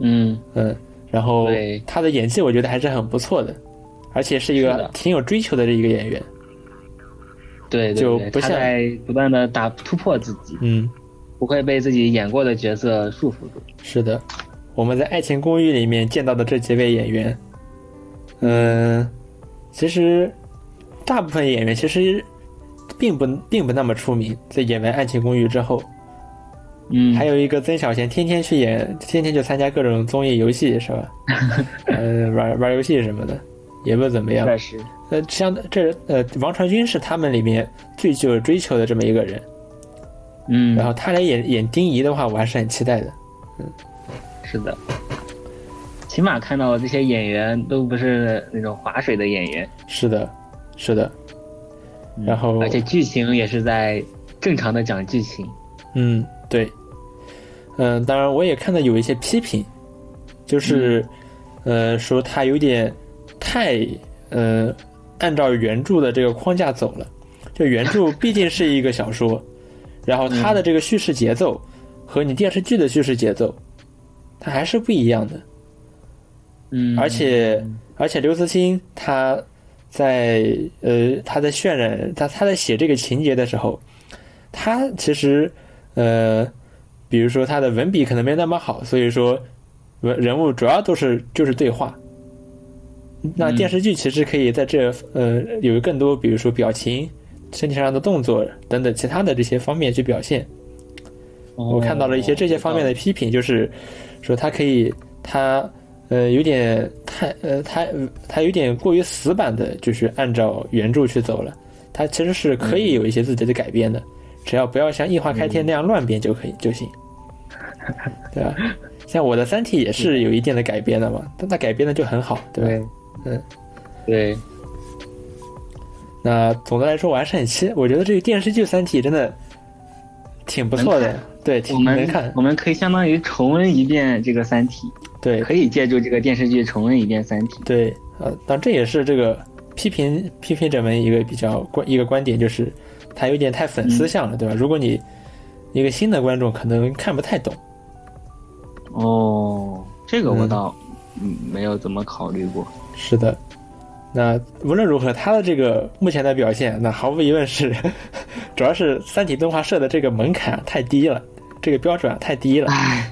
嗯
嗯，然后
对
他的演技我觉得还是很不错的，而且是一
是
个
的
挺有追求的这一个演员，
对对
就
对
不
他
像
在不断的打突破自己，
嗯，
不会被自己演过的角色束缚住。
是的，我们在《爱情公寓》里面见到的这几位演员，嗯、其实大部分演员其实并不并不那么出名，在演完《爱情公寓》之后，
嗯，
还
有
有一个曾小贤天天去演，天天就参加各种综艺游戏是 吧？呃，玩玩游戏什么的，也不怎么样。
确实，
呃，像这呃，王传君是他们里面最具有追求的这么一个人，
嗯，
然后他来演演丁仪的话，我还是很期待的。
是的，起码看到这些演员都不是那种划水的演员，
是的，是的。
嗯
然后
而且剧情也是在正常的讲剧情。
嗯，对，嗯，当然我也看到有一些批评，就是，呃，说他有点太，呃，按照原著的这个框架走了。就原著毕竟是一个小说，然后它的这个叙事节奏和你电视剧的叙事节奏，它还是不一样的。
嗯，
而且而且刘慈欣他在呃他在渲染他他在写这个情节的时候，他其实呃，比如说他的文笔可能没那么好，所以说文人物主要都是就是对话。那
嗯
电视剧其实可以在这呃有更多，比如说表情、身体上的动作等等其他的这些方面去表现。
哦
我看到了一些这些方面的批评，就是说他可以，他呃有点太呃他他有点过于死板的，就是按照原著去走了。他其实是可
嗯
以有一些自己的改编的，只要不要像异化开天那样乱编就可以就 行，对吧？像我的《三体》也是有一定的改编的嘛，但它改编的就很好，对吧？
对，
嗯，
对，
那总的来说，我还是很期，我觉得这个电视剧《三体》真的挺不错
能
的
看，
对，
我
挺能
们
看，
我们可以相当于重温一遍这个《三体
对》，，
可以借助这个电视剧重温一遍《三体》。
对，呃，但这也是这个批评批评者们一个比较观一个观点，就是他有点太粉丝向了，对吧？如果你一个新的观众可能看不太懂，
哦，这个我
嗯
倒嗯没有怎么考虑过。
是的。那无论如何，他的这个目前的表现，那毫无疑问是，主要是三体动画社的这个门槛太低了，这个标准啊太低了。
哎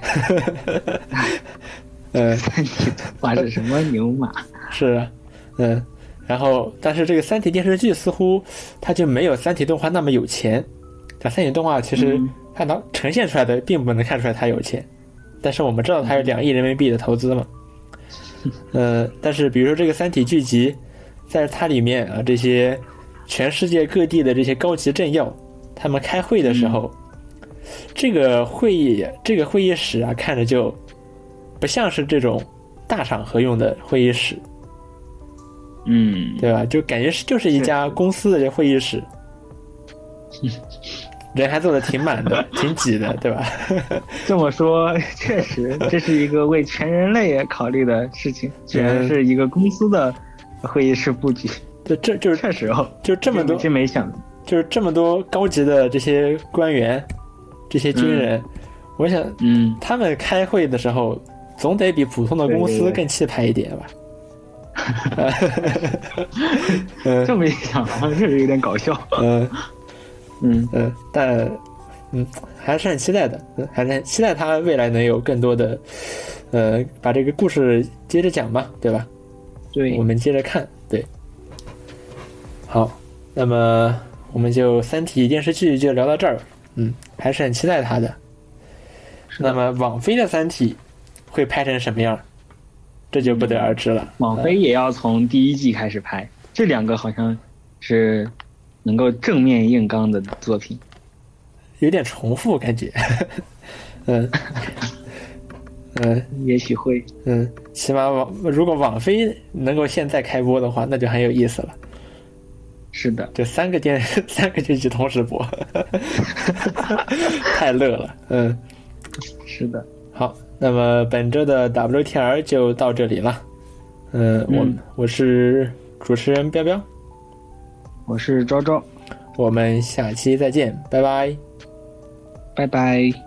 嗯，
三体画是什么牛 马？
是啊，嗯，然后但是这个《三体》电视剧似乎它就没有《三体》动画那么有钱。但《三体》动画其实
嗯
它能呈现出来的，并不能看出来它有钱。但是我们知道它有两亿人民币的投资嘛。呃，但是比如说这个《三体》剧集，在它里面啊，这些全世界各地的这些高级政要，他们开会的时候，这个会议这个会议室啊，看着就不像是这种大场合用的会议室，
嗯，
对吧？就感觉是就是一家公司的这会议室，人还坐的挺满的，挺挤的，对吧？
这么说， 确实这是一个为
嗯
全人类也考虑的事情，居然是一个公司的会议室布局。
对，这就是
确实哦，
就 这么多，
真没想，嗯
就是这么多高级的这些官员，这些
嗯
军人，我想
嗯，
他们开会的时候，总得比普通的公
对对
司
对
更气派一点 吧？嗯
这么一想，好像 确实有点搞 笑。
嗯
嗯，
嗯，但嗯，还是很期待的，嗯还是很期待他未来能有更多的，呃，把这个故事接着讲嘛，对吧？
对
我，们接着看，对。好，那么我们就《三体》电视剧就聊到这儿，嗯，还是很期待它的。那么网飞的《三体》会拍成什么样，这就不得而知了。
网飞也要从第一季开始拍，这两个好像是能够正面硬刚的作品。
有点重复感觉， 嗯，嗯
也许会，
嗯，起码网如果网飞能够现在开播的话，那就很有意思了。
是的，
就三个电 三个剧集同时播， 太乐了，嗯。
是的，
好，那么本周的 WTR 就到这里了。嗯，我
嗯
我是主持人彪彪，
我是昭昭，
我们下期再见，拜拜。
拜拜。